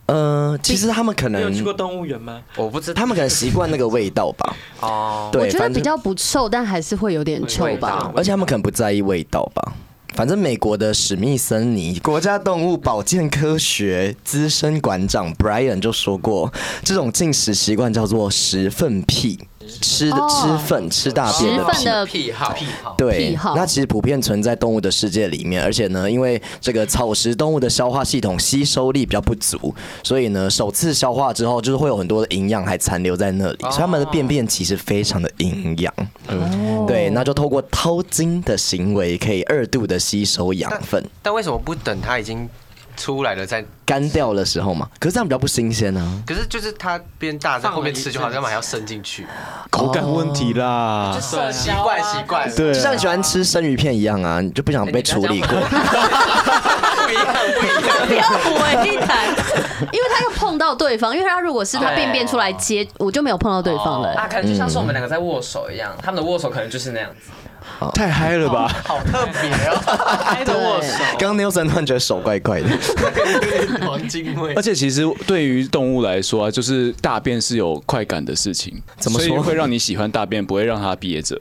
[SPEAKER 2] 呃，其实他们可
[SPEAKER 7] 你有
[SPEAKER 2] 能
[SPEAKER 7] 去过动物园吗？
[SPEAKER 4] 我不知道
[SPEAKER 2] 他们可能习惯那个味道吧。
[SPEAKER 4] 哦，
[SPEAKER 1] 我
[SPEAKER 2] 对，
[SPEAKER 1] 觉得
[SPEAKER 2] 反
[SPEAKER 1] 比
[SPEAKER 2] 正
[SPEAKER 1] 较不臭，但还是会有点臭
[SPEAKER 4] 味
[SPEAKER 1] 吧
[SPEAKER 4] 道。
[SPEAKER 2] 而且他们可能不在意味道吧。反正美国的史密森尼国家动物保健科学资深馆长 Brian 就说过，这种进食习惯叫做食粪屁，吃的
[SPEAKER 1] 哦
[SPEAKER 2] 吃粪吃大
[SPEAKER 1] 十
[SPEAKER 2] 便的
[SPEAKER 1] 份
[SPEAKER 2] 屁。
[SPEAKER 1] 的
[SPEAKER 5] 癖好，
[SPEAKER 2] 对
[SPEAKER 1] 癖好，
[SPEAKER 2] 那其实普遍存在动物的世界里面，而且呢，因为这个草食动物的消化系统吸收力比较不足，所以呢，首次消化之后，就是会有很多的营养还残留在那里，所以它们的便便其实非常的营养。嗯，对，那就透过掏精的行为，可以二度的吸收养分，
[SPEAKER 6] 但为什么不等它已经出来了再？
[SPEAKER 2] 干掉的时候嘛，可是这样比较不新鲜啊。
[SPEAKER 6] 可是就是它边大在后面吃就好，干嘛还要伸进去？
[SPEAKER 3] 口感问题啦。
[SPEAKER 6] 对，习惯习惯，
[SPEAKER 3] 对
[SPEAKER 2] 就
[SPEAKER 3] 啊，
[SPEAKER 2] 像你喜欢吃生鱼片一样啊，你就不
[SPEAKER 4] 哎
[SPEAKER 2] 想被处理过。
[SPEAKER 1] 不要回弹，因为他又碰到对方，因为他如果是他便便出来接，我就没有碰到对方了、
[SPEAKER 4] 啊，可能就像是我们两个在握手一样，他们的握手可能就是那样子。
[SPEAKER 3] 太嗨了吧？
[SPEAKER 6] 好特别哦，
[SPEAKER 7] 挨着握手，
[SPEAKER 2] 刚刚 Nelson 突然觉得手怪怪的，
[SPEAKER 6] 黄金味
[SPEAKER 3] 而。且其实对于动物来说啊，就是大便是有快感的事情，
[SPEAKER 2] 怎么说
[SPEAKER 3] 所以会让你喜欢大便，不会让它憋着。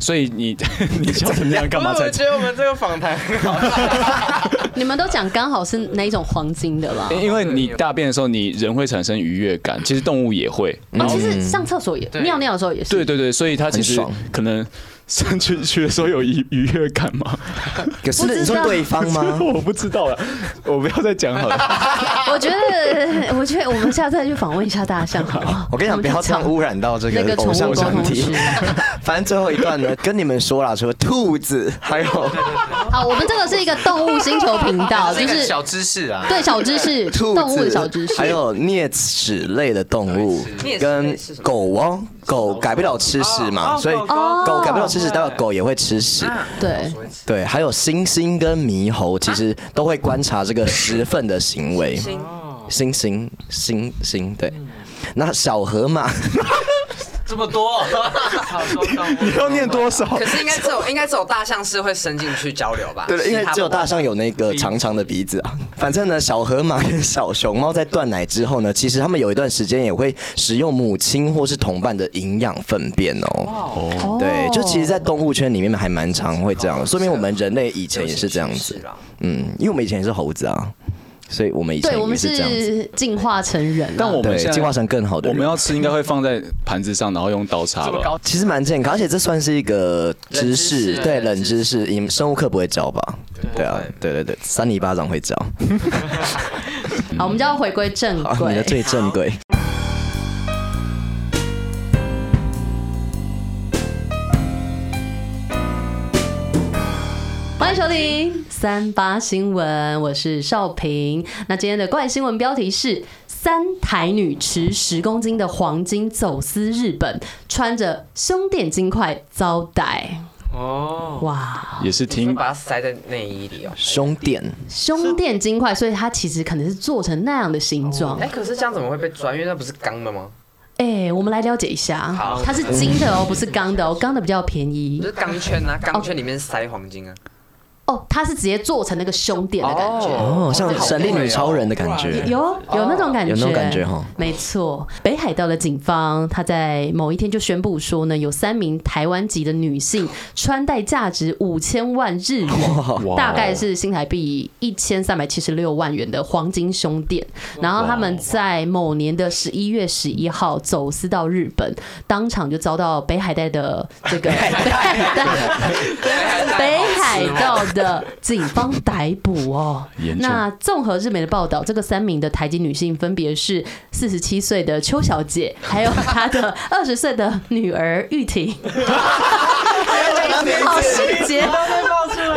[SPEAKER 3] 所以你 你笑成那 样干嘛才？
[SPEAKER 4] 得我们这个访谈很好，
[SPEAKER 1] 你们都讲刚好是哪一种黄金的啦？
[SPEAKER 3] 因因为你大便的时候，你人会产生愉悦感，其实动物也会。
[SPEAKER 1] 哦，其实上厕所也尿尿的时候也是。
[SPEAKER 3] 对对对，所以它其
[SPEAKER 2] 嗯
[SPEAKER 3] 实
[SPEAKER 2] 很爽
[SPEAKER 3] 可能上去去的时候有愉愉悦感嘛？
[SPEAKER 2] 可
[SPEAKER 1] 不知
[SPEAKER 2] 是
[SPEAKER 1] 道
[SPEAKER 2] 你说对方吗？
[SPEAKER 3] 我不知道了，我不要再讲好 了。
[SPEAKER 1] 我觉得，我觉得我们下次再去访问一下大象好 了。
[SPEAKER 2] 我跟你讲，不要这样污染到这
[SPEAKER 1] 那个
[SPEAKER 2] 个
[SPEAKER 1] 宠
[SPEAKER 2] 偶
[SPEAKER 1] 物
[SPEAKER 2] 像
[SPEAKER 1] 沟
[SPEAKER 2] 团
[SPEAKER 1] 通
[SPEAKER 2] 体
[SPEAKER 1] 师。
[SPEAKER 2] 反正最后一段呢，跟你们说了，除了兔子，还 有
[SPEAKER 1] 好，我们这个是一个动物星球频 道，就
[SPEAKER 6] 这个
[SPEAKER 1] 是
[SPEAKER 6] 小知识啊，
[SPEAKER 1] 对小知识，
[SPEAKER 2] 兔
[SPEAKER 1] 动物
[SPEAKER 2] 子
[SPEAKER 1] 的小知识，
[SPEAKER 2] 还有啮齿类的动物
[SPEAKER 4] 啮齿类，
[SPEAKER 2] 跟
[SPEAKER 4] 是什么
[SPEAKER 2] 狗哦，狗改不了吃屎
[SPEAKER 3] 哦
[SPEAKER 2] 嘛，
[SPEAKER 4] 哦
[SPEAKER 2] 所以
[SPEAKER 1] 狗
[SPEAKER 2] 狗改不了吃屎，代表狗也会吃屎。
[SPEAKER 3] 啊
[SPEAKER 1] 对。
[SPEAKER 2] 对，还有猩猩跟猕猴，其实都会观察这个食粪的行为。猩猩，猩猩，对。那小河 马，
[SPEAKER 6] 这 么多，
[SPEAKER 3] 你 要念多少？
[SPEAKER 4] 可是应该只有应该只有大象是会伸进去交流吧？
[SPEAKER 2] 对了，因为
[SPEAKER 4] 其他
[SPEAKER 2] 只有
[SPEAKER 4] 不会
[SPEAKER 2] 大象有那个长长的鼻子啊。反正呢，小河马跟小熊猫在断奶之后呢，其实它们有一段时间也会食用母亲或是同伴的营养粪便哦。
[SPEAKER 1] 哦
[SPEAKER 2] 对，就其实，在动物圈里面还蛮常会这样的，说明我们人类以前也是这样子
[SPEAKER 4] 是。啊啦
[SPEAKER 2] 嗯，因为我们以前也是猴子啊，所以我们以前
[SPEAKER 1] 对我
[SPEAKER 2] 也
[SPEAKER 1] 们
[SPEAKER 2] 是这样子。
[SPEAKER 1] 是进化成人啊，
[SPEAKER 3] 但我们
[SPEAKER 2] 对，
[SPEAKER 3] 现在
[SPEAKER 2] 进化成更好的
[SPEAKER 3] 我
[SPEAKER 2] 人。
[SPEAKER 3] 们要吃应该会放在盘子上，然后用刀叉吧。
[SPEAKER 2] 其实蛮健康，而且这算是一个知识，
[SPEAKER 4] 冷知识
[SPEAKER 2] 对冷知识，你们生物课不会教吧？对啊，对对对，三里巴掌会教，
[SPEAKER 1] 好，我们就要回归正
[SPEAKER 2] 嗯好，你的
[SPEAKER 1] 轨。
[SPEAKER 2] 最正规。
[SPEAKER 1] 欢迎收听三八新闻，我是少平。那今天的怪新闻标题是：三台女持十公斤的黄金走私日本，穿着胸垫金块遭逮。哦，哇，
[SPEAKER 3] 也是
[SPEAKER 4] 你
[SPEAKER 3] 听
[SPEAKER 4] 会把它塞在内衣里哦。
[SPEAKER 2] 胸垫，
[SPEAKER 1] 胸垫金块，所以它其实可能是做成那样的形状。
[SPEAKER 4] 哦哎，可是这样怎么会被钻？因为那不是钢的吗？
[SPEAKER 1] 哎、我们来了解一下，
[SPEAKER 4] 好
[SPEAKER 1] 它是金的哦，不是钢的哦，钢的比较便宜
[SPEAKER 4] 就是钢圈啊，钢圈里面塞黄金啊，
[SPEAKER 1] 哦，它是直接做成那个胸垫的感觉。
[SPEAKER 2] 哦，像神力女超人的感觉，
[SPEAKER 1] 有有那种感觉，
[SPEAKER 2] 有那种感觉哈
[SPEAKER 1] 没错，北海道的警方，他在某一天就宣布说呢，有三名台湾籍的女性穿戴价值五千万日元，大概是新台币一千三百七十六万元的黄金胸垫，然后他们在某年的十一月十一号走私到日本，当场就遭到北海道的这个北海道北海道的警方逮捕哦。
[SPEAKER 3] 严重
[SPEAKER 1] 那综合日媒的报道，这个三名的台籍女性分别是四十七岁的邱小姐，还有她的二十岁的女儿玉婷。好细节，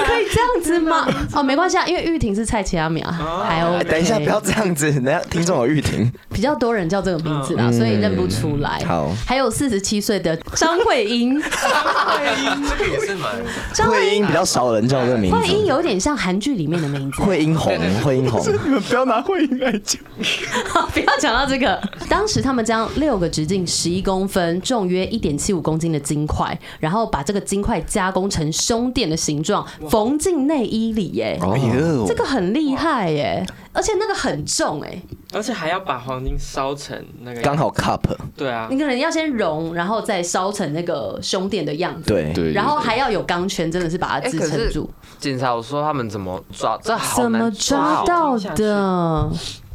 [SPEAKER 1] 可以这样子吗？哦，没关系啊，因为玉婷是蔡奇阿米啊，还有、
[SPEAKER 2] 哎等一下，不要这样子， 等一下听众有预庭。
[SPEAKER 1] 比较多人叫这个名字啦，所以认不出来。
[SPEAKER 2] 嗯好
[SPEAKER 1] 还有四十七岁的张 慧英，
[SPEAKER 6] 这个也是蛮
[SPEAKER 1] 张
[SPEAKER 2] 惠英比较少人叫这个名
[SPEAKER 1] 慧英
[SPEAKER 2] 字，
[SPEAKER 1] 有点像韩剧里面的名字。
[SPEAKER 2] 惠英红，惠英红，
[SPEAKER 3] 你们不要拿慧英来讲。
[SPEAKER 1] 不要讲到这个。当时他们将六个直径十一公分、重约一点七五公斤的金块，然后把这个金块加工成胸垫的形状，缝进内衣里耶。
[SPEAKER 2] 哎呦
[SPEAKER 1] 这个很厉害耶，而且那个很重哎，
[SPEAKER 7] 而且还要把黄金烧成那个
[SPEAKER 2] 刚好 cup，
[SPEAKER 7] 对啊
[SPEAKER 1] 你，可能要先熔，然后再烧成那个胸垫的样子。
[SPEAKER 2] 对，
[SPEAKER 3] 对，
[SPEAKER 1] 然后还要有钢圈，真的是把它支
[SPEAKER 4] 哎可是
[SPEAKER 1] 撑住。
[SPEAKER 4] 警察我说他们怎么抓，这好
[SPEAKER 1] 怎
[SPEAKER 4] 难
[SPEAKER 1] 么
[SPEAKER 4] 抓
[SPEAKER 1] 抓
[SPEAKER 4] 哦。
[SPEAKER 1] 到的？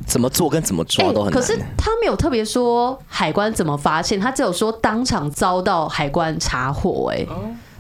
[SPEAKER 2] 怎么做跟怎么抓都很
[SPEAKER 1] 哎可是
[SPEAKER 2] 难。欸
[SPEAKER 1] 他没有特别说海关怎么发现，他只有说当场遭到海关查获、哎、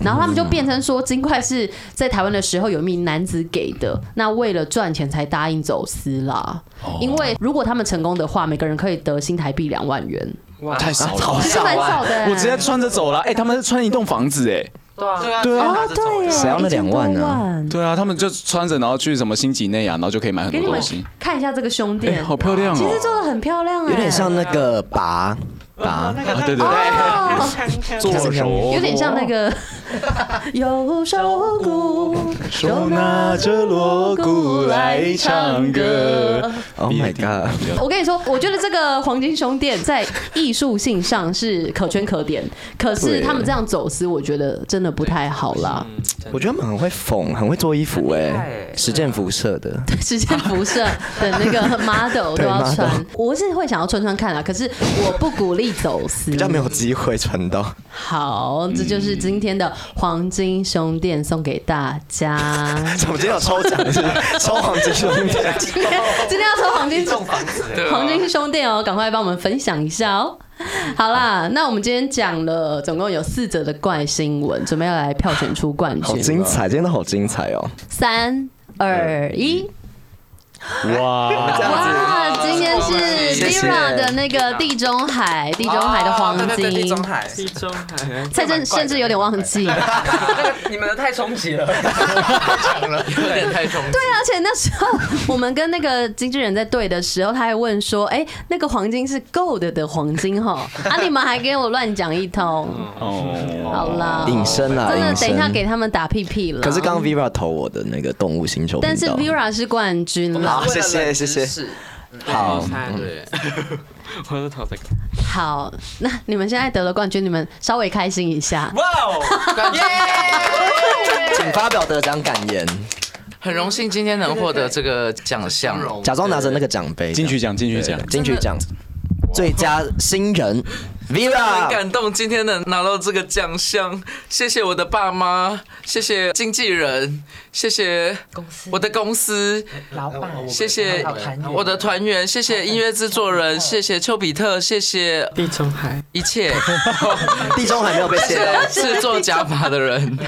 [SPEAKER 1] 然后他们就变成说金块是在台湾的时候有一名男子给的，那为了赚钱才答应走私啦。因为如果他们成功的话，每个人可以得新台币两万元，
[SPEAKER 3] 太
[SPEAKER 2] 啊
[SPEAKER 3] 少了，
[SPEAKER 1] 这是很少的、欸
[SPEAKER 3] 我直接穿着走了。哎，他们是穿一栋房子，哎，
[SPEAKER 4] 对啊，
[SPEAKER 6] 对
[SPEAKER 1] 哦，对耶，
[SPEAKER 2] 谁要那两万呢
[SPEAKER 1] 一千多万
[SPEAKER 3] 对啊，他们就穿着然后去什么新几内亚，然后就可以买很
[SPEAKER 1] 给
[SPEAKER 3] 多
[SPEAKER 1] 你们
[SPEAKER 3] 东西。
[SPEAKER 1] 看一下这个胸
[SPEAKER 3] 哎，
[SPEAKER 1] 垫，
[SPEAKER 3] 好漂亮
[SPEAKER 1] 其
[SPEAKER 3] 哦
[SPEAKER 1] 实！做的很漂亮、哎，
[SPEAKER 2] 有点像那个拔拔，
[SPEAKER 3] 啊对对对，
[SPEAKER 1] 哦
[SPEAKER 3] 做手
[SPEAKER 1] 有点像哦那个 右手鼓，
[SPEAKER 3] 手拿着锣鼓来唱歌。
[SPEAKER 2] ，Oh my god，
[SPEAKER 1] 我跟你说，我觉得这个黄金胸垫在艺术性上是可圈可点，可是
[SPEAKER 2] 对
[SPEAKER 1] 他们这样走私，我觉得真的不太好啦。
[SPEAKER 3] 嗯
[SPEAKER 2] 我觉得他们很会缝，很会做衣服哎
[SPEAKER 4] 害，
[SPEAKER 2] 实践辐射的，
[SPEAKER 1] 时间辐射的那个 model 都要穿
[SPEAKER 2] model，
[SPEAKER 1] 我是会想要穿穿看啦，可是我不鼓励走私。
[SPEAKER 2] 比较没有机会穿到。
[SPEAKER 1] 好，这就是
[SPEAKER 4] 嗯
[SPEAKER 1] 今天的黄金胸垫送给大家。
[SPEAKER 2] 我们今天有抽奖 是不是抽黄金兄弟，
[SPEAKER 1] 今天今天要抽黄金
[SPEAKER 4] 啊
[SPEAKER 1] 黄金胸垫哦，赶快帮我们分享一下哦。好啦，那我们今天讲了总共有四则的怪新闻，准备要来票选出冠
[SPEAKER 2] 好
[SPEAKER 1] 军。
[SPEAKER 2] 精！彩，今天都好精彩哦。
[SPEAKER 1] 三二一，
[SPEAKER 3] 哇，
[SPEAKER 1] 哇！今天是
[SPEAKER 2] 谢谢
[SPEAKER 1] Dira 的那个地中海，地中海的黄
[SPEAKER 4] 哦对对对地
[SPEAKER 1] 金
[SPEAKER 4] 中。海，
[SPEAKER 7] 地中海
[SPEAKER 1] 蔡正甚至有点忘记，对啊，
[SPEAKER 4] 那个你们的太冲击了，
[SPEAKER 5] 有点太冲击。
[SPEAKER 1] 啊而且那时候我们跟那个经纪人在对的时候，他还问说：“哎、那个黄金是 gold 的黄金哈？” 啊，你们还给我乱讲一通。
[SPEAKER 3] 哦，
[SPEAKER 1] 好啦，
[SPEAKER 2] 隐身啦，
[SPEAKER 1] 真的
[SPEAKER 2] 隐
[SPEAKER 1] 等一下给
[SPEAKER 2] 身。嗯
[SPEAKER 1] 他们打屁屁了。
[SPEAKER 2] 可是刚刚 Vera 投我的那个动物星球频道，
[SPEAKER 1] 但是 Vera 是冠军了。
[SPEAKER 2] 好谢谢谢谢
[SPEAKER 4] 是
[SPEAKER 2] 好，
[SPEAKER 4] 嗯
[SPEAKER 5] 对，
[SPEAKER 7] 我是头在
[SPEAKER 1] 好，那你们现在得了冠军，你们稍微开心一下。
[SPEAKER 4] 哇哦，
[SPEAKER 2] 请发表得奖感言，
[SPEAKER 5] 很荣幸今天能获得这个奖项。
[SPEAKER 2] 假装拿着那个奖杯，
[SPEAKER 3] 金曲奖，金曲奖
[SPEAKER 2] 对，金曲奖最佳新人
[SPEAKER 5] 很
[SPEAKER 2] Vera。
[SPEAKER 5] 感动，今天能拿到这个奖项，谢谢我的爸妈，谢谢经纪人，谢谢我的公司，
[SPEAKER 4] 老板，
[SPEAKER 5] 谢谢我的团员，谢谢音乐制作人，谢谢丘比特，谢谢
[SPEAKER 7] 地中海，
[SPEAKER 5] 一 切
[SPEAKER 2] 地中海没有被泄露，
[SPEAKER 5] 制作假发的人。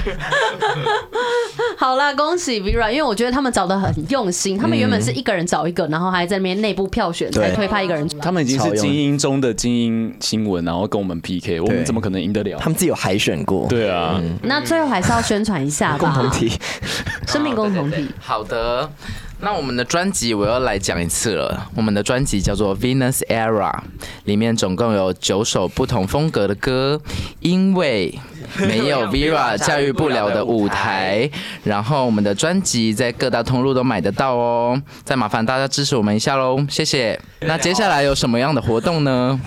[SPEAKER 1] 好啦，恭喜 Vera，因为我觉得他们找的很用心。他们原本是一个人找一个，然后还在那边内部票选
[SPEAKER 2] 对
[SPEAKER 1] 才推派一个人出来。
[SPEAKER 3] 他们已经
[SPEAKER 2] 超
[SPEAKER 3] 是
[SPEAKER 2] 用
[SPEAKER 3] 精英中的精英新闻，然后跟我们 PK，我们怎么可能赢得了
[SPEAKER 2] 他？们自己有海选过，
[SPEAKER 3] 对啊，
[SPEAKER 1] 那最后还是要宣传一下
[SPEAKER 2] 共同
[SPEAKER 1] 吧，
[SPEAKER 2] 体。
[SPEAKER 1] 生命共同体。
[SPEAKER 5] 好的，那我们的专辑我要来讲一次了。我们的专辑叫做《Venus Era》，里面总共有九首不同风格的歌，因为 没有啊 Vera 驾驭不了的舞台。然后我们的专辑在各大通路都买得到哦，再麻烦大家支持我们一下喽，谢谢。那接下来有什么样的活动呢？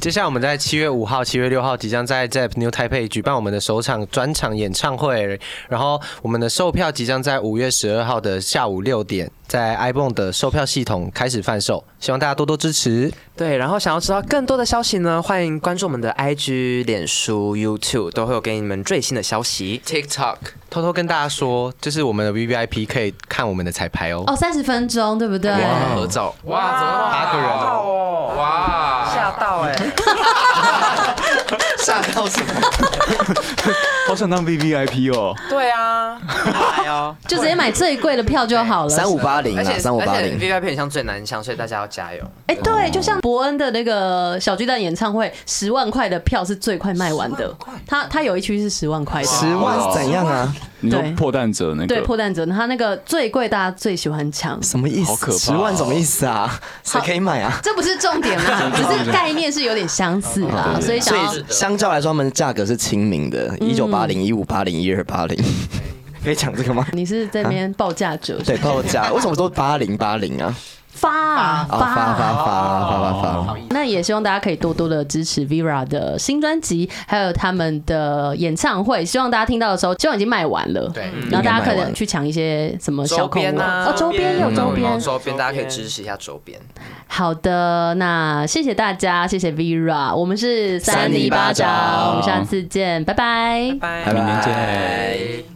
[SPEAKER 6] 接下来我们在七月五号、七月六号即将在 ZEP New Taipei 举办我们的首场专场演唱会，然后我们的售票即将在五月十二号的下午六点，在 iBon 的售票系统开始贩售，希望大家多多支持。
[SPEAKER 4] 对，然后想要知道更多的消息呢，欢迎关注我们的 IG、脸书、YouTube，都会有给你们最新的消息。
[SPEAKER 5] TikTok
[SPEAKER 6] 偷偷跟大家说，就是我们的 V V I P 可以看我们的彩排哦。
[SPEAKER 1] 哦，三十分钟对不对？
[SPEAKER 5] 合照，哇，
[SPEAKER 4] 哇，
[SPEAKER 5] 怎么那么啊
[SPEAKER 6] 八个人哦
[SPEAKER 4] 哦，
[SPEAKER 5] 哇，
[SPEAKER 4] 吓到哎、
[SPEAKER 2] 吓到什么？
[SPEAKER 3] 好想当 V V I P 哦，
[SPEAKER 4] 对啊，来哦，
[SPEAKER 1] 就直接买最贵的票就好了。
[SPEAKER 2] 三五八零啊，
[SPEAKER 4] 而且
[SPEAKER 2] 三五八
[SPEAKER 4] 而且
[SPEAKER 2] 零。
[SPEAKER 4] VIP 很像最难抢，所以大家要加油。
[SPEAKER 1] 哎、对，就像伯恩的那个小巨蛋演唱会，十万块的票是最快卖完的。他他有一区是十万块的，
[SPEAKER 2] 十万怎样啊？
[SPEAKER 3] 你说
[SPEAKER 1] 对
[SPEAKER 3] 破蛋者那
[SPEAKER 1] 对
[SPEAKER 3] 个，
[SPEAKER 1] 破蛋者，他那个最贵，大家最喜欢抢。
[SPEAKER 2] 什么意思？
[SPEAKER 3] 好可怕哦
[SPEAKER 2] 十万什么意思啊？谁可以买啊？
[SPEAKER 1] 这不是重点啦，只是概念是有点相似啦，
[SPEAKER 3] 对
[SPEAKER 1] 所以
[SPEAKER 2] 所
[SPEAKER 1] 呃想要
[SPEAKER 2] 以相较来说，他们的价格是亲民的，
[SPEAKER 1] 嗯
[SPEAKER 2] 一九八零、一五八零、一二八零， 可以讲这个吗？
[SPEAKER 1] 你是这边报价者
[SPEAKER 2] 啊对，报价为什么都八零八零啊？
[SPEAKER 1] 发啊
[SPEAKER 2] 啊，发发发发发发！
[SPEAKER 1] 那也希望大家可以多多的支持 Vera 的新专辑，还有他们的演唱会。希望大家听到的时候，希望已经卖完了。
[SPEAKER 6] 对，
[SPEAKER 1] 然后大
[SPEAKER 2] 应该
[SPEAKER 1] 家
[SPEAKER 2] 卖
[SPEAKER 1] 可
[SPEAKER 2] 完
[SPEAKER 1] 能去抢一些什么小
[SPEAKER 4] 周
[SPEAKER 1] 恐
[SPEAKER 4] 边
[SPEAKER 1] 龙
[SPEAKER 4] 啊，
[SPEAKER 1] 哦，周边有周边。
[SPEAKER 4] 周边大家可以支持一下周边。
[SPEAKER 1] 好的，那谢谢大家，谢谢 Vera，我们是
[SPEAKER 2] 三
[SPEAKER 1] 里
[SPEAKER 2] 里
[SPEAKER 1] 巴
[SPEAKER 2] 巴
[SPEAKER 1] 掌，
[SPEAKER 2] 掌
[SPEAKER 1] 我们下次见，拜拜
[SPEAKER 4] 拜
[SPEAKER 2] 拜
[SPEAKER 3] 明年见。
[SPEAKER 4] 拜。